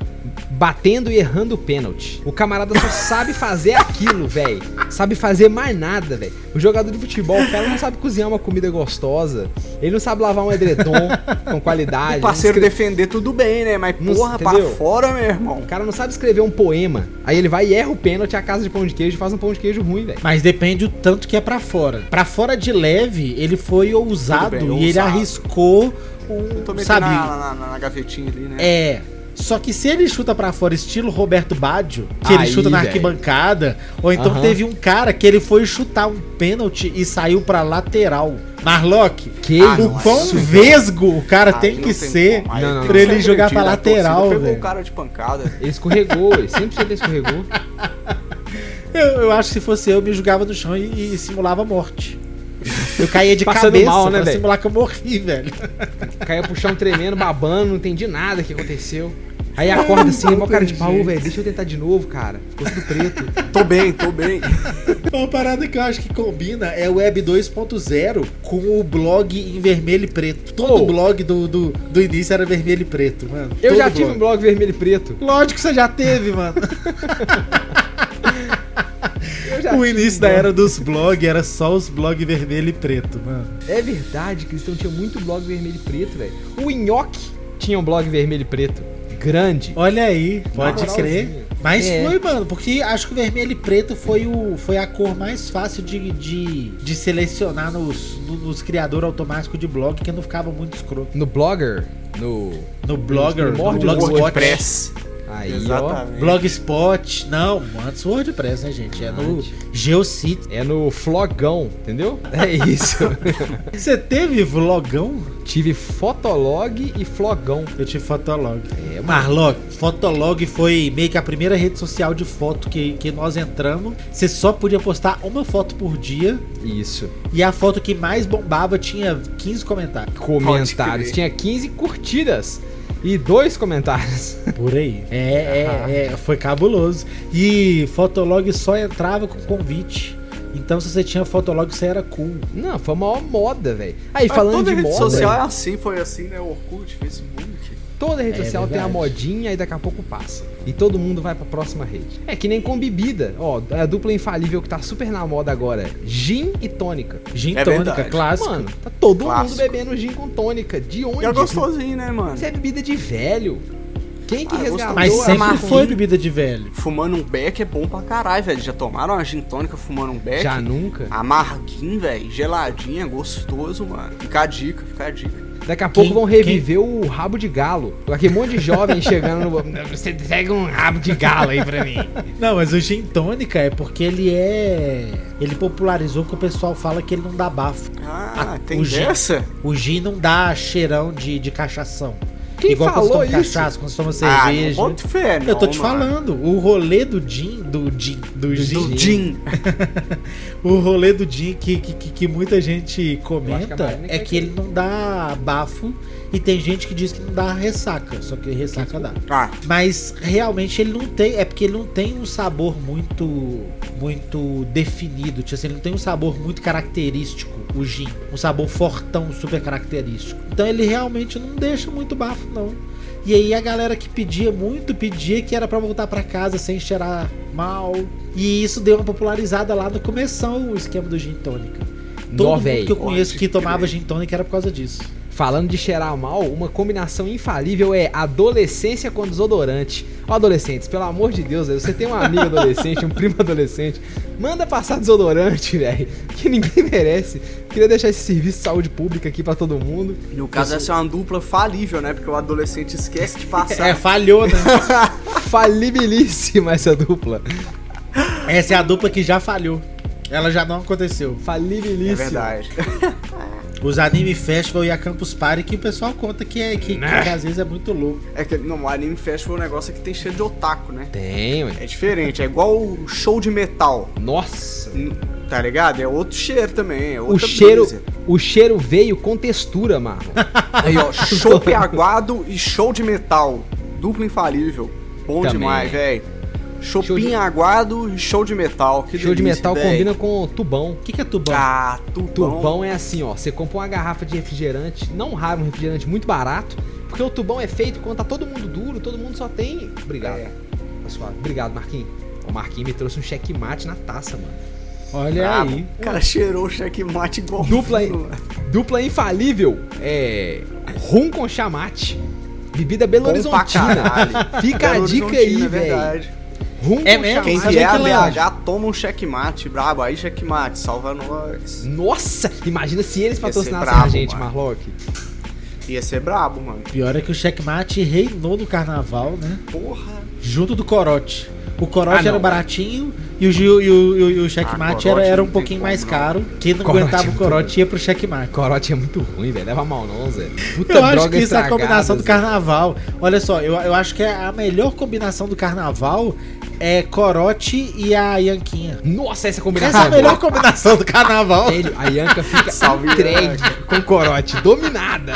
Speaker 2: batendo e errando o pênalti. O camarada só sabe fazer aquilo, velho. Sabe fazer mais nada, velho. O jogador de futebol, o cara não sabe cozinhar uma comida gostosa. Ele não sabe lavar um edredom com qualidade.
Speaker 1: O parceiro
Speaker 2: não escre-
Speaker 1: defender tudo bem, né? Mas
Speaker 2: Não-
Speaker 1: porra, pra
Speaker 2: entendeu?
Speaker 1: fora, meu irmão.
Speaker 2: O cara não sabe escrever um poema. Aí ele vai e erra o pênalti, a casa de pão de queijo e faz um pão de queijo ruim, velho.
Speaker 3: Mas depende o tanto que é pra fora. Pra fora de leve, ele foi ousado
Speaker 1: bem,
Speaker 3: e ele
Speaker 1: ousado.
Speaker 3: arriscou
Speaker 1: Eu tô
Speaker 3: um,
Speaker 1: metendo
Speaker 3: sabe?
Speaker 1: na, na- na- na gavetinha ali, né?
Speaker 3: É. Só que se ele chuta pra fora estilo Roberto Baggio, que
Speaker 2: Aí,
Speaker 3: ele chuta na
Speaker 2: velho.
Speaker 3: arquibancada, ou então
Speaker 2: Aham.
Speaker 3: teve um cara que ele foi chutar um pênalti e saiu pra lateral. Marlock,
Speaker 2: Que
Speaker 1: Ah,
Speaker 3: o
Speaker 1: não,
Speaker 3: quão
Speaker 1: isso, velho.
Speaker 3: vesgo o cara
Speaker 1: Ah,
Speaker 3: tem
Speaker 1: não
Speaker 3: que ser.
Speaker 1: como, aí
Speaker 2: é Não, não,
Speaker 1: tem que
Speaker 2: não.
Speaker 3: pra ele
Speaker 1: ser
Speaker 3: jogar pra
Speaker 1: agredido, a torcida
Speaker 3: lateral,
Speaker 1: Pegou
Speaker 3: velho.
Speaker 1: o cara de pancada.
Speaker 2: Ele escorregou, ele sempre ele escorregou.
Speaker 3: Eu, eu acho que se fosse eu, eu me julgava no chão e, e simulava a morte. Eu caía de
Speaker 2: Passando
Speaker 3: cabeça
Speaker 2: mal, né,
Speaker 3: pra
Speaker 2: velho?
Speaker 3: simular que eu morri, velho.
Speaker 2: Caiu pro chão tremendo, babando, não entendi nada que aconteceu. Aí acorda assim, é mó cara de pau, velho. Deixa eu tentar de novo, cara. Ficou tudo preto.
Speaker 1: Tô bem, tô bem.
Speaker 3: É Uma parada que eu acho que combina é o Web 2.0 com o blog em vermelho e preto. Todo
Speaker 2: Oh.
Speaker 3: blog do, do, do início era vermelho e preto, mano.
Speaker 2: Eu
Speaker 3: Todo
Speaker 2: já tive um blog vermelho e preto.
Speaker 3: um Lógico que você já teve, mano.
Speaker 2: Eu já
Speaker 3: o
Speaker 2: tive
Speaker 3: início
Speaker 2: um
Speaker 3: da
Speaker 2: blog.
Speaker 3: era dos blogs era só os blogs vermelho e preto, mano.
Speaker 2: É verdade, Cristão tinha muito blog vermelho e preto, velho. O Nhoque tinha um blog vermelho e preto. Grande.
Speaker 3: Olha aí, pode
Speaker 2: moralzinha.
Speaker 3: crer. Mas
Speaker 2: É.
Speaker 3: foi, mano, porque acho que o vermelho e preto foi, o, foi a cor mais fácil de, de, de selecionar nos, no- nos criadores automáticos de blog, que não ficava muito escroto.
Speaker 2: No Blogger. No.
Speaker 3: No Blogger, no
Speaker 2: primórdios do
Speaker 3: Blogspot.
Speaker 1: WordPress.
Speaker 2: Aí, ó.
Speaker 1: Exatamente.
Speaker 3: Blogspot, não, antes WordPress, né, gente? É no Geocities.
Speaker 2: É no flogão, entendeu? É isso.
Speaker 3: Você teve vlogão?
Speaker 2: Tive fotolog e flogão.
Speaker 3: Eu tive Fotolog.
Speaker 2: É, mano.
Speaker 3: Marlog, Fotolog foi meio que a primeira rede social de foto que, que nós entramos. Você só podia postar uma foto por dia
Speaker 2: Isso.
Speaker 3: e a foto que mais bombava tinha 15 comentários.
Speaker 2: Comentários.
Speaker 1: crer.
Speaker 2: Tinha 15 curtidas e dois comentários.
Speaker 3: Por aí. É, é, é, foi cabuloso. E Fotolog só entrava com convite. Então se você tinha Fotolog, você era cool.
Speaker 2: Não, foi a maior moda, velho. Aí,
Speaker 1: Mas
Speaker 2: falando
Speaker 1: toda
Speaker 2: de
Speaker 1: rede
Speaker 2: moda,
Speaker 1: social é assim, foi assim, né? Orkut, Facebook.
Speaker 2: toda rede
Speaker 3: É
Speaker 2: social tem a
Speaker 3: verdade.
Speaker 2: modinha e daqui a pouco passa. E todo mundo vai pra próxima rede. É que nem com bebida. Ó, é a dupla infalível que tá super na moda agora. Gin e tônica.
Speaker 3: Gin
Speaker 1: É
Speaker 3: tônica,
Speaker 1: verdade.
Speaker 3: clássico.
Speaker 2: Mano, tá todo
Speaker 1: Clássico.
Speaker 2: mundo bebendo gin com tônica. De onde?
Speaker 1: E é gostosinho, né, mano?
Speaker 2: Isso é bebida de velho. Quem que
Speaker 1: Ah, eu gosto
Speaker 2: resgatou
Speaker 3: Mas
Speaker 1: Adoro,
Speaker 3: sempre
Speaker 2: marca-
Speaker 3: foi bebida de velho.
Speaker 1: Fumando um beck é bom pra caralho, velho. Já tomaram uma gin tônica fumando um beck?
Speaker 2: Já nunca.
Speaker 1: Amarguinho, velho. Geladinha, gostoso, mano. Fica a dica, fica a dica.
Speaker 2: Daqui a pouco
Speaker 3: Quem-
Speaker 2: vão reviver o rabo de galo. Aquele monte de jovem chegando no. Você pega um rabo de galo aí pra mim.
Speaker 3: Não, mas o gin tônica é porque ele é. Ele popularizou porque o pessoal fala que ele não dá bafo.
Speaker 1: Ah,
Speaker 3: Ah,
Speaker 1: tem
Speaker 3: o gin.
Speaker 1: dessa?
Speaker 3: O gin não dá cheirão de, de cachação.
Speaker 2: Quem
Speaker 3: Igual
Speaker 2: falou
Speaker 3: quando você toma
Speaker 2: isso?
Speaker 3: cachaça, quando você toma
Speaker 1: Ah, não
Speaker 3: cerveja.
Speaker 1: boto fé, não,
Speaker 3: eu tô te
Speaker 1: mano.
Speaker 3: falando, o rolê do gin, do gin, do gin,
Speaker 1: Do gin.
Speaker 3: o rolê do gin que, que, que- que muita gente
Speaker 2: Eu acho que a
Speaker 3: comenta
Speaker 2: Marina
Speaker 3: é
Speaker 2: quer
Speaker 3: que ele não dá bafo e tem gente que diz que não dá ressaca, só que ressaca dá.
Speaker 1: Ah,
Speaker 3: Mas realmente ele não tem. É porque ele não tem um sabor muito. Muito definido. Tipo assim, ele não tem um sabor muito característico, o gin. Um sabor fortão, super característico. Então ele realmente não deixa muito bafo, não. E aí a galera que pedia muito, pedia que era pra voltar pra casa sem cheirar mal. E isso deu uma popularizada lá no começou o esquema do gin tônica. Todo
Speaker 2: Nó,
Speaker 3: mundo que
Speaker 2: velho.
Speaker 3: eu conheço
Speaker 1: Pode
Speaker 3: que tomava
Speaker 1: crer.
Speaker 3: gin tônica era por causa disso.
Speaker 2: Falando de cheirar mal, uma combinação infalível é adolescência com desodorante. Ó, adolescentes, pelo amor de Deus, velho, você tem uma amiga adolescente, um primo adolescente, manda passar desodorante, velho, que ninguém merece. Queria deixar esse serviço de saúde pública aqui pra todo mundo.
Speaker 1: no caso, essa é uma dupla falível, né? Porque o adolescente esquece de
Speaker 3: É,
Speaker 1: passar.
Speaker 3: falhou, né?
Speaker 2: Falibilíssima essa dupla.
Speaker 3: Essa é a dupla que já falhou. Ela já não aconteceu.
Speaker 2: Falibilíssima.
Speaker 1: é verdade.
Speaker 3: Os Anime Festival e a Campus Party que o pessoal conta que, é, que, que às vezes é muito louco.
Speaker 1: É que não, o anime festival é um negócio que tem cheio de otaku, né?
Speaker 2: Tem, ué.
Speaker 1: É diferente, é igual o show de metal,
Speaker 2: Nossa.
Speaker 1: tá ligado? É outro cheiro também, é
Speaker 2: O
Speaker 1: outra
Speaker 2: cheiro,
Speaker 1: brisa.
Speaker 2: o cheiro veio com textura, Marlon.
Speaker 1: Aí, ó, show aguado e show de metal. Duplo infalível. Bom
Speaker 2: Também.
Speaker 1: demais, velho.
Speaker 2: Show de-
Speaker 1: Chopin aguado e show de metal. Que
Speaker 2: Show de
Speaker 1: delícia,
Speaker 2: metal
Speaker 1: véi.
Speaker 2: combina com tubão.
Speaker 3: O que, que é tubão?
Speaker 1: Ah, tubão.
Speaker 2: Tubão é assim, ó. Você compra uma garrafa de refrigerante, não raro, um refrigerante muito barato, porque o tubão é feito quando tá todo mundo duro, todo mundo só tem. Obrigado.
Speaker 1: É.
Speaker 2: Tá suave. Obrigado, Marquinhos. O Marquinhos me trouxe um checkmate na taça, mano.
Speaker 3: Olha
Speaker 1: Brabo.
Speaker 3: aí.
Speaker 1: Ah, O cara cheirou o checkmate igual. um
Speaker 2: Dupla aí.
Speaker 1: mano.
Speaker 2: Dupla infalível é. Rum com chamate. Bebida Belo
Speaker 1: Bom pra
Speaker 2: Horizontina.
Speaker 1: caralho.
Speaker 2: Fica a
Speaker 1: Belo
Speaker 2: dica
Speaker 1: Horizontina,
Speaker 3: né?
Speaker 2: aí,
Speaker 1: é
Speaker 2: velho.
Speaker 1: verdade.
Speaker 2: Rum
Speaker 3: É
Speaker 2: com
Speaker 3: mesmo?
Speaker 2: chamate.
Speaker 1: Quem
Speaker 3: Sabe
Speaker 1: vier a
Speaker 3: aquela-
Speaker 1: BH, toma um checkmate, brabo. Aí, checkmate, salva nós.
Speaker 2: Nossa! Imagina se eles
Speaker 1: ser
Speaker 2: patrocinassem
Speaker 1: brabo,
Speaker 2: a gente,
Speaker 1: mano.
Speaker 2: Marlock.
Speaker 1: Ia ser brabo, mano.
Speaker 3: Pior é que o checkmate reinou no carnaval, né?
Speaker 1: Porra.
Speaker 3: Junto do corote. O corote
Speaker 2: Ah, não.
Speaker 3: era baratinho e o, Gil- e o, e o- e o checkmate
Speaker 1: Ah,
Speaker 3: era,
Speaker 1: corote
Speaker 3: era
Speaker 1: não
Speaker 3: um
Speaker 1: tem
Speaker 3: pouquinho
Speaker 1: como,
Speaker 3: mais
Speaker 1: não.
Speaker 3: caro. Quem não
Speaker 2: Corote é
Speaker 3: aguentava o
Speaker 2: muito
Speaker 3: corote ia pro checkmate.
Speaker 2: Corote é muito ruim, velho. Leva mal não, Zé. Puta
Speaker 3: Eu acho que isso é a
Speaker 2: estragada, assim.
Speaker 3: combinação do
Speaker 2: Zé.
Speaker 3: carnaval. Olha só, eu, eu acho que é a melhor combinação do carnaval é corote e a Yanquinha.
Speaker 2: Nossa, essa combinação
Speaker 3: Essa é a
Speaker 2: é
Speaker 3: melhor
Speaker 2: boa.
Speaker 3: combinação do carnaval.
Speaker 2: Sério, a Yanka fica
Speaker 1: Salve,
Speaker 2: entregue com corote, dominada.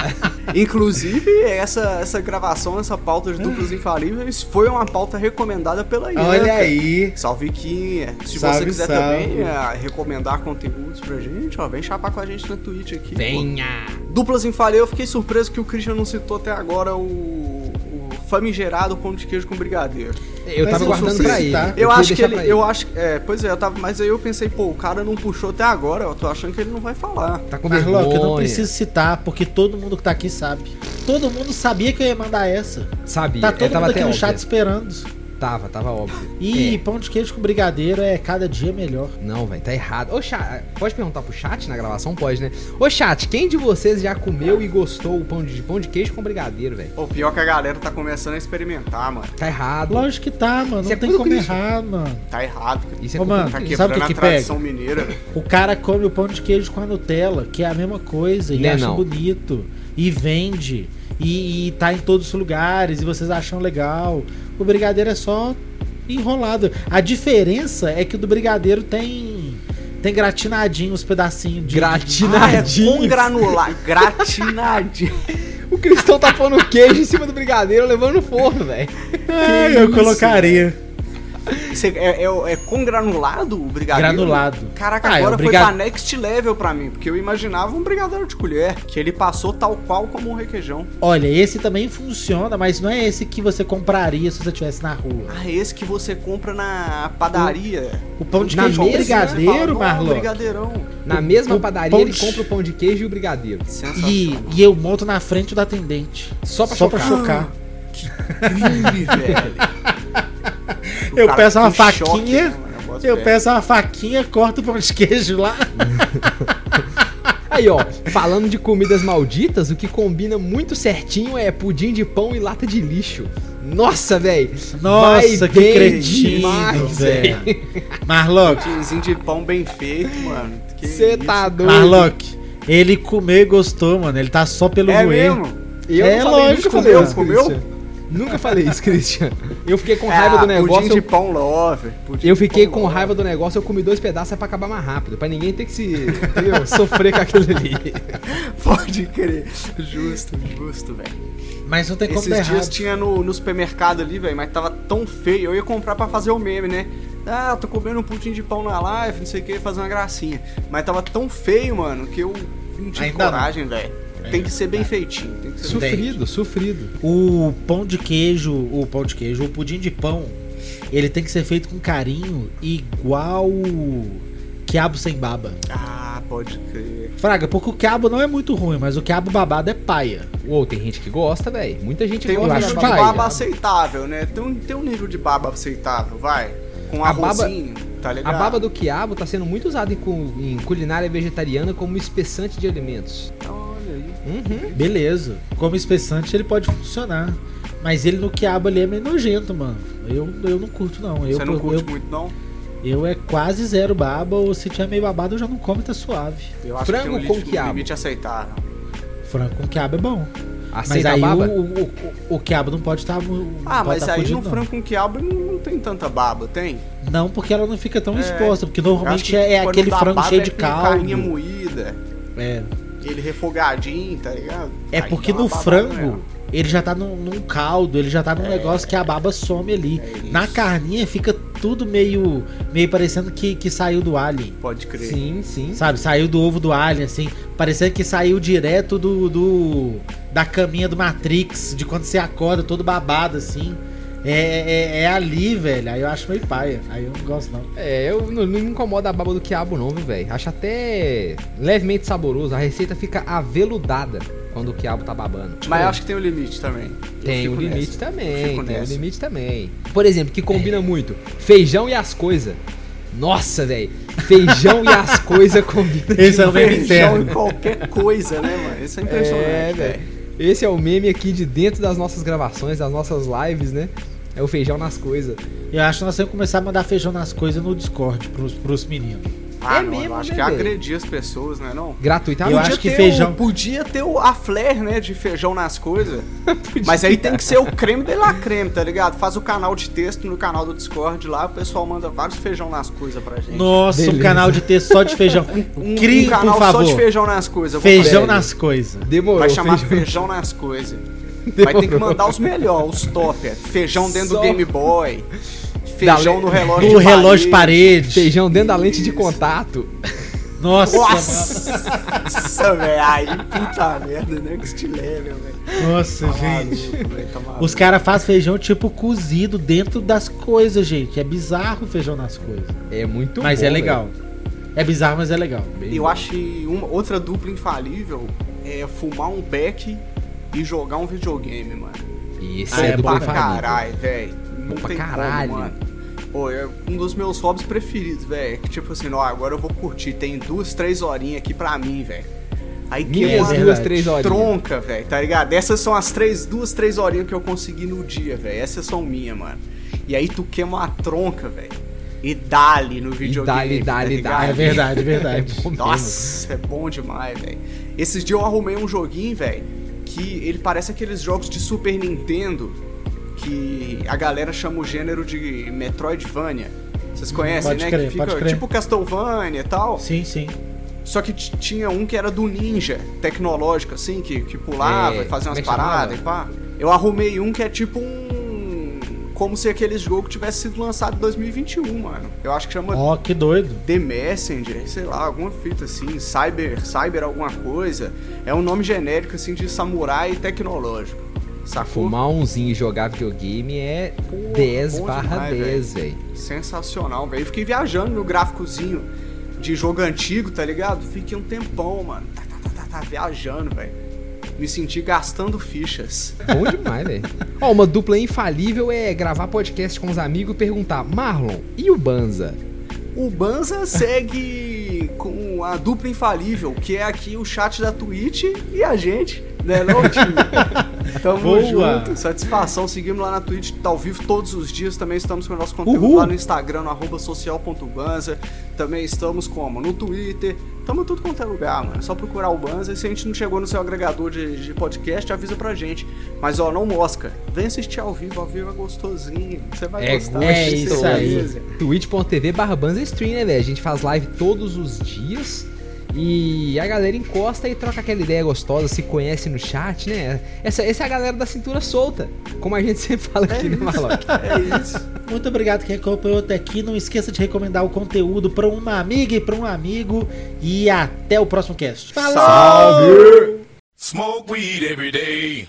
Speaker 1: Inclusive, essa, essa gravação, essa pauta de duplos infalíveis foi uma pauta recomendada pela Ianca.
Speaker 3: Hum. Olha aí.
Speaker 1: Salve, Quinha. Se
Speaker 3: Salve,
Speaker 1: você quiser
Speaker 3: salve.
Speaker 1: também eh, recomendar conteúdos pra gente, ó, vem chapar com a gente na Twitch aqui. pô.
Speaker 2: Venha.
Speaker 1: Duplas infalíveis, eu fiquei surpreso que o Christian não citou até agora o, o famigerado pão de queijo com brigadeiro.
Speaker 2: Eu
Speaker 3: Mas
Speaker 2: tava
Speaker 3: eu
Speaker 2: guardando
Speaker 3: sou
Speaker 2: pra ele.
Speaker 3: suspeito, tá?
Speaker 1: Eu
Speaker 2: queria
Speaker 1: acho que
Speaker 2: deixar
Speaker 1: ele,
Speaker 2: pra
Speaker 1: eu acho, é, pois é, eu tava, mas aí eu pensei, pô, o cara não puxou até agora, eu tô achando que ele não vai falar.
Speaker 2: Tá com vergonha.
Speaker 3: Marlock, eu não preciso citar, porque todo mundo que tá aqui sabe. Todo mundo sabia que eu ia mandar essa.
Speaker 2: Sabia,
Speaker 3: Tá todo
Speaker 2: eu tava
Speaker 3: mundo aqui
Speaker 2: até
Speaker 3: no
Speaker 2: ontem.
Speaker 3: chat esperando.
Speaker 2: Tava, tava óbvio.
Speaker 3: E
Speaker 2: É.
Speaker 3: pão de queijo com brigadeiro é cada dia melhor.
Speaker 2: Não, velho, tá errado. Ô, chat, pode perguntar pro chat na gravação? Pode, né? Ô, chat, quem de vocês já comeu e gostou o pão de, pão de queijo com brigadeiro, velho?
Speaker 1: O pior que a galera tá começando a experimentar, mano.
Speaker 2: Tá errado.
Speaker 3: Lógico que tá, mano.
Speaker 2: Isso
Speaker 3: não
Speaker 2: é
Speaker 3: tem
Speaker 2: puro
Speaker 3: como
Speaker 2: crítico.
Speaker 3: errar, mano.
Speaker 1: Tá errado. cara.
Speaker 2: Isso é
Speaker 3: Ô, mano,
Speaker 1: Tá
Speaker 3: sabe
Speaker 1: quebrando
Speaker 3: o que
Speaker 1: a
Speaker 3: que
Speaker 1: tradição mineira. velho.
Speaker 3: O cara come o pão de queijo com a Nutella, que é a mesma coisa, e
Speaker 2: Né,
Speaker 3: acha
Speaker 2: não?
Speaker 3: bonito, e vende, e, e tá em todos os lugares, e vocês acham legal. O brigadeiro é só enrolado. A diferença é que o do brigadeiro tem tem gratinadinho, os pedacinhos de...
Speaker 1: Ah, é
Speaker 2: Gratinadinho.
Speaker 1: com granular. Gratinadinho.
Speaker 2: O Cristão tá pondo queijo em cima do brigadeiro, levando no forno, velho.
Speaker 3: Ah,
Speaker 1: Que
Speaker 3: eu
Speaker 1: isso,
Speaker 3: colocaria.
Speaker 1: Isso é, é, é- é com granulado o brigadeiro?
Speaker 3: Granulado.
Speaker 1: Caraca,
Speaker 3: Ah, é
Speaker 1: agora
Speaker 3: um
Speaker 1: foi
Speaker 3: briga-
Speaker 1: pra next level pra mim, porque eu imaginava um brigadeiro de colher, que ele passou tal qual como um requeijão.
Speaker 3: Olha, esse também funciona, mas não é esse que você compraria se você estivesse na rua.
Speaker 1: Ah, esse que você compra na padaria. é
Speaker 3: O pão de
Speaker 2: Na
Speaker 3: queijo com
Speaker 2: mesa,
Speaker 3: brigadeiro,
Speaker 1: Você né? fala, "Não, é um
Speaker 3: Marlon.
Speaker 1: brigadeirão.
Speaker 2: Na mesma
Speaker 3: O
Speaker 2: padaria,
Speaker 3: pão
Speaker 2: ele
Speaker 3: de-
Speaker 2: compra o pão de queijo e o brigadeiro.
Speaker 1: Sensacional.
Speaker 3: E, e eu monto na frente do atendente.
Speaker 2: Só pra
Speaker 3: Só pra
Speaker 2: chocar.
Speaker 3: chocar.
Speaker 1: Crime, velho. O
Speaker 3: Eu
Speaker 1: cara
Speaker 3: peço uma
Speaker 1: fica em choque,
Speaker 3: faquinha,
Speaker 1: né, mano? negócio
Speaker 3: Eu
Speaker 1: velho.
Speaker 3: peço uma faquinha, corto o pão de queijo lá.
Speaker 2: Aí, ó, falando de comidas malditas, o que combina muito certinho é pudim de pão e lata de lixo. Nossa, velho.
Speaker 3: Nossa,
Speaker 2: Vai
Speaker 3: que
Speaker 2: bem
Speaker 3: cretino,
Speaker 2: demais,
Speaker 3: velho. Marlock,
Speaker 1: Pãozinho de pão bem feito, mano. Que
Speaker 2: Você
Speaker 1: isso.
Speaker 2: tá doido.
Speaker 3: Marlock, ele comeu e gostou, mano. Ele tá só pelo
Speaker 1: É
Speaker 3: moer.
Speaker 1: mesmo?
Speaker 2: Eu
Speaker 3: É
Speaker 2: não falei, nunca
Speaker 3: lógico,
Speaker 2: falei
Speaker 1: meu,
Speaker 2: isso,
Speaker 1: comeu?
Speaker 2: Christian. Nunca falei isso, Christian. Eu fiquei com raiva
Speaker 1: Ah,
Speaker 2: do
Speaker 1: Pudim
Speaker 2: negócio.
Speaker 1: de
Speaker 2: Eu,
Speaker 1: pão love. pudim
Speaker 2: eu
Speaker 1: de
Speaker 2: fiquei
Speaker 1: pão
Speaker 2: com
Speaker 1: love.
Speaker 2: raiva do negócio, eu comi dois pedaços é pra acabar mais rápido. Pra ninguém ter que se entendeu? sofrer com aquilo ali.
Speaker 1: Pode crer. Justo, justo, velho.
Speaker 3: Mas não tem como dar
Speaker 1: Esses dias
Speaker 3: errado.
Speaker 1: tinha no, no supermercado ali, velho, mas tava tão feio. Eu ia comprar pra fazer o meme, né? Ah, tô comendo um pudim de pão na live, não sei o que, fazer uma gracinha. Mas tava tão feio, mano, que eu não tive
Speaker 3: Ainda não. É.
Speaker 1: coragem, velho. Tem que ser bem feitinho. Tem que ser bem...
Speaker 2: Sofrido, sofrido.
Speaker 3: O pão de queijo, o pão de queijo, o pudim de pão, ele tem que ser feito com carinho, igual quiabo sem baba.
Speaker 1: Ah, pode crer.
Speaker 3: Fraga, porque o quiabo não é muito ruim, mas o quiabo babado é paia.
Speaker 2: Uou, tem gente que gosta, velho. Muita gente
Speaker 1: Tem um
Speaker 2: gosta.
Speaker 1: nível
Speaker 3: acho
Speaker 1: de
Speaker 2: da
Speaker 3: vai.
Speaker 1: baba
Speaker 2: babada.
Speaker 1: aceitável, né? Tem um, tem um nível de baba aceitável, vai. Com
Speaker 2: A baba-
Speaker 1: arrozinho, tá
Speaker 2: A
Speaker 1: ligado?
Speaker 2: baba do quiabo tá sendo muito usada em, cu- em culinária vegetariana como espessante de alimentos.
Speaker 1: Olha aí.
Speaker 2: Uhum.
Speaker 3: Beleza. Como espessante ele pode funcionar. Mas ele no quiabo ali é meio nojento, mano. Eu, eu não curto, não. Eu,
Speaker 1: Você não
Speaker 3: eu-
Speaker 1: curte muito, não?
Speaker 3: eu é quase zero baba, ou se tiver meio babado, eu já não como e tá suave.
Speaker 1: Eu acho
Speaker 2: Frango
Speaker 1: que tem um
Speaker 2: com
Speaker 1: limite, um
Speaker 2: quiabo.
Speaker 1: limite aceitável.
Speaker 3: Frango com quiabo é bom. mas
Speaker 2: Aceita a
Speaker 3: aí o,
Speaker 2: baba?
Speaker 3: o, o, o quiabo não pode tá estar.
Speaker 1: Ah, mas aí
Speaker 3: um
Speaker 1: no frango com quiabo não, não tem tanta baba, tem?
Speaker 3: Não. não, porque ela não fica tão
Speaker 1: É,
Speaker 3: exposta. Porque
Speaker 1: Acho
Speaker 3: normalmente
Speaker 1: que
Speaker 3: é, é
Speaker 1: quando
Speaker 3: aquele
Speaker 1: dá
Speaker 3: frango
Speaker 1: baba
Speaker 3: cheio
Speaker 1: é
Speaker 3: de
Speaker 1: com
Speaker 3: caldo.
Speaker 1: Carninha moída,
Speaker 3: É,
Speaker 1: ele refogadinho, tá ligado?
Speaker 3: é
Speaker 1: Aí
Speaker 3: porque
Speaker 1: dá uma
Speaker 3: no
Speaker 1: babada
Speaker 3: frango.
Speaker 1: mesmo.
Speaker 3: Ele já tá num, num caldo, ele já tá num negócio que a baba some ali.
Speaker 1: É isso.
Speaker 3: Na carninha fica tudo meio meio parecendo que, que saiu do alien.
Speaker 1: Pode crer.
Speaker 2: Sim, sim.
Speaker 3: Sabe, saiu do ovo do alien, assim. Parecendo que saiu direto do, do- da caminha do Matrix, de quando você acorda todo babado, assim. É, é- é ali, velho. Aí eu acho meio paia. Aí eu não gosto, não.
Speaker 2: É, eu não, não me incomoda a baba do quiabo não, viu, velho? Acho até levemente saboroso. A receita fica aveludada quando o quiabo tá babando.
Speaker 1: Mas eu acho que tem um limite também. Eu
Speaker 2: Tem
Speaker 1: fico
Speaker 2: um limite
Speaker 1: nessa. Eu
Speaker 2: também,
Speaker 1: fico
Speaker 2: tem um
Speaker 1: nessa. É.
Speaker 2: limite também. Por exemplo, que combina muito, feijão e as coisas. Nossa, velho, feijão e as coisas combinam
Speaker 3: Esse é o meio
Speaker 1: Feijão
Speaker 3: interno.
Speaker 1: em qualquer coisa, né, mano? Isso é impressionante,
Speaker 2: É,
Speaker 1: velho.
Speaker 2: velho. Esse é o meme aqui de dentro das nossas gravações, das nossas lives, né? É o feijão nas coisas.
Speaker 3: Eu acho que nós temos que começar a mandar feijão nas coisas no Discord pros, pros meninos.
Speaker 1: Ah,
Speaker 2: É
Speaker 1: não, eu
Speaker 2: mesmo,
Speaker 1: acho
Speaker 2: né,
Speaker 1: que
Speaker 2: velho?
Speaker 1: agredir as pessoas, né, não?
Speaker 2: Gratuitamente.
Speaker 3: Eu acho que
Speaker 1: ter
Speaker 3: feijão-
Speaker 1: o- podia ter o, a flair, né, de feijão nas coisas. Mas aí tem que ser o creme de la creme, tá ligado? Faz o canal de texto no canal do Discord lá, o pessoal manda vários feijão nas coisas pra gente.
Speaker 3: Nossa, um
Speaker 2: Beleza.
Speaker 3: canal de texto só de feijão.
Speaker 1: Um,
Speaker 3: Crie,
Speaker 1: um canal
Speaker 3: por
Speaker 1: só
Speaker 3: favor.
Speaker 1: de feijão nas coisas. eu vou
Speaker 3: Feijão
Speaker 2: Velho.
Speaker 3: nas coisas.
Speaker 2: Demorou.
Speaker 1: fazer. Vai chamar
Speaker 2: feijão.
Speaker 1: feijão, nas coisas. Vai ter que mandar os melhores, os top. é. Feijão dentro
Speaker 2: Só-
Speaker 1: do Game Boy. Feijão
Speaker 2: le-
Speaker 1: no relógio
Speaker 3: No relógio de parede.
Speaker 2: Feijão dentro da lente de
Speaker 1: Isso.
Speaker 2: contato.
Speaker 3: Nossa,
Speaker 1: Nossa, velho. Aí, puta merda, né? Que level, velho.
Speaker 3: mano. Nossa,
Speaker 1: Tá
Speaker 3: gente.
Speaker 1: maluco, velho, tá maluco.
Speaker 3: Os caras fazem feijão tipo cozido dentro das coisas, gente. É bizarro o feijão nas coisas.
Speaker 2: É muito
Speaker 3: mas
Speaker 2: bom,
Speaker 3: é
Speaker 2: velho.
Speaker 3: legal. É bizarro, mas é legal.
Speaker 2: Bem
Speaker 1: Eu
Speaker 2: bom.
Speaker 1: acho que uma, outra dupla infalível é fumar um beck e jogar um videogame, mano.
Speaker 2: E Esse
Speaker 3: Ah,
Speaker 2: é,
Speaker 3: é
Speaker 2: do
Speaker 3: pra
Speaker 2: pra
Speaker 1: Pra
Speaker 3: infalível.
Speaker 1: caralho, velho. Não
Speaker 2: Bom pra
Speaker 1: tem
Speaker 2: caralho.
Speaker 1: Como, mano. Pô, é um dos meus hobbies preferidos, velho. Que tipo assim, ó, agora eu vou curtir. Tem duas, três horinhas aqui pra mim, velho. Aí que
Speaker 2: Minhas
Speaker 1: é uma
Speaker 2: duas,
Speaker 1: verdade.
Speaker 2: três horinhas.
Speaker 1: tronca, velho, tá ligado? Essas são as três, duas, três horinhas que eu consegui no dia, velho. Essas são minhas, mano. E aí tu queima uma tronca, velho. E dali no videogame. tá
Speaker 2: dali, dali,
Speaker 1: ligado?
Speaker 2: dali.
Speaker 3: É verdade, é verdade.
Speaker 2: É bom mesmo.
Speaker 1: Nossa, é bom demais, velho. Esses dias eu arrumei um joguinho, velho, que ele parece aqueles jogos de Super Nintendo que a galera chama o gênero de Metroidvania. Vocês conhecem,
Speaker 3: pode
Speaker 1: né?
Speaker 3: crer,
Speaker 1: que fica
Speaker 3: pode crer.
Speaker 1: tipo Castlevania e tal.
Speaker 3: Sim, sim.
Speaker 1: Só que t- tinha um que era do ninja, tecnológico, assim, que, que pulava
Speaker 2: É,
Speaker 1: e fazia umas
Speaker 2: como é que
Speaker 1: paradas e pá. Eu arrumei um que é tipo um. Como se aquele jogo tivesse sido lançado em 2021, mano. Eu acho que chama
Speaker 3: Ó, que doido.
Speaker 1: The Messenger, sei lá, alguma fita assim, Cyber, Cyber alguma coisa. É um nome genérico assim de samurai tecnológico. Sacou?
Speaker 2: Fumar umzinho e jogar videogame é
Speaker 1: Pô,
Speaker 2: 10
Speaker 1: bom
Speaker 2: barra
Speaker 1: demais,
Speaker 2: 10, velho.
Speaker 1: Sensacional, velho. Eu Fiquei viajando no gráficozinho de jogo antigo, tá ligado? Fiquei um tempão, mano. Tá, tá, tá, tá, tá, viajando, velho. Me senti gastando fichas.
Speaker 2: Bom demais, velho. Ó, uma dupla infalível é gravar podcast com os amigos e perguntar, Marlon, e o Banza?
Speaker 1: O Banza segue com a dupla infalível, que é aqui o chat da Twitch e a gente, né, não, time? Tamo
Speaker 3: Boa.
Speaker 1: junto, satisfação, seguimos lá na Twitch, tá ao vivo todos os dias, também estamos com o nosso conteúdo
Speaker 3: Uhul.
Speaker 1: lá no Instagram, no arroba social.banza, também estamos como? No Twitter, tamo em tudo quanto é lugar, mano, é só procurar o Banza, e se a gente não chegou no seu agregador de, de podcast, avisa pra gente, mas ó, não mosca, vem assistir ao vivo, ao vivo é gostosinho, você vai
Speaker 2: É
Speaker 1: gostar.
Speaker 2: gostoso.
Speaker 1: certeza.
Speaker 3: É isso
Speaker 2: twitch.tv barra Banza Stream, né, velho? A gente faz live todos os dias e a galera encosta e troca aquela ideia gostosa, se conhece no chat, né? Essa, essa é a galera da cintura solta, como a gente sempre fala aqui, né, Marlon?
Speaker 1: É isso.
Speaker 3: Muito obrigado quem acompanhou até aqui. Não esqueça de recomendar o conteúdo pra uma amiga e pra um amigo. E até o próximo cast. Falou!
Speaker 1: Salve!
Speaker 4: Smoke weed every day.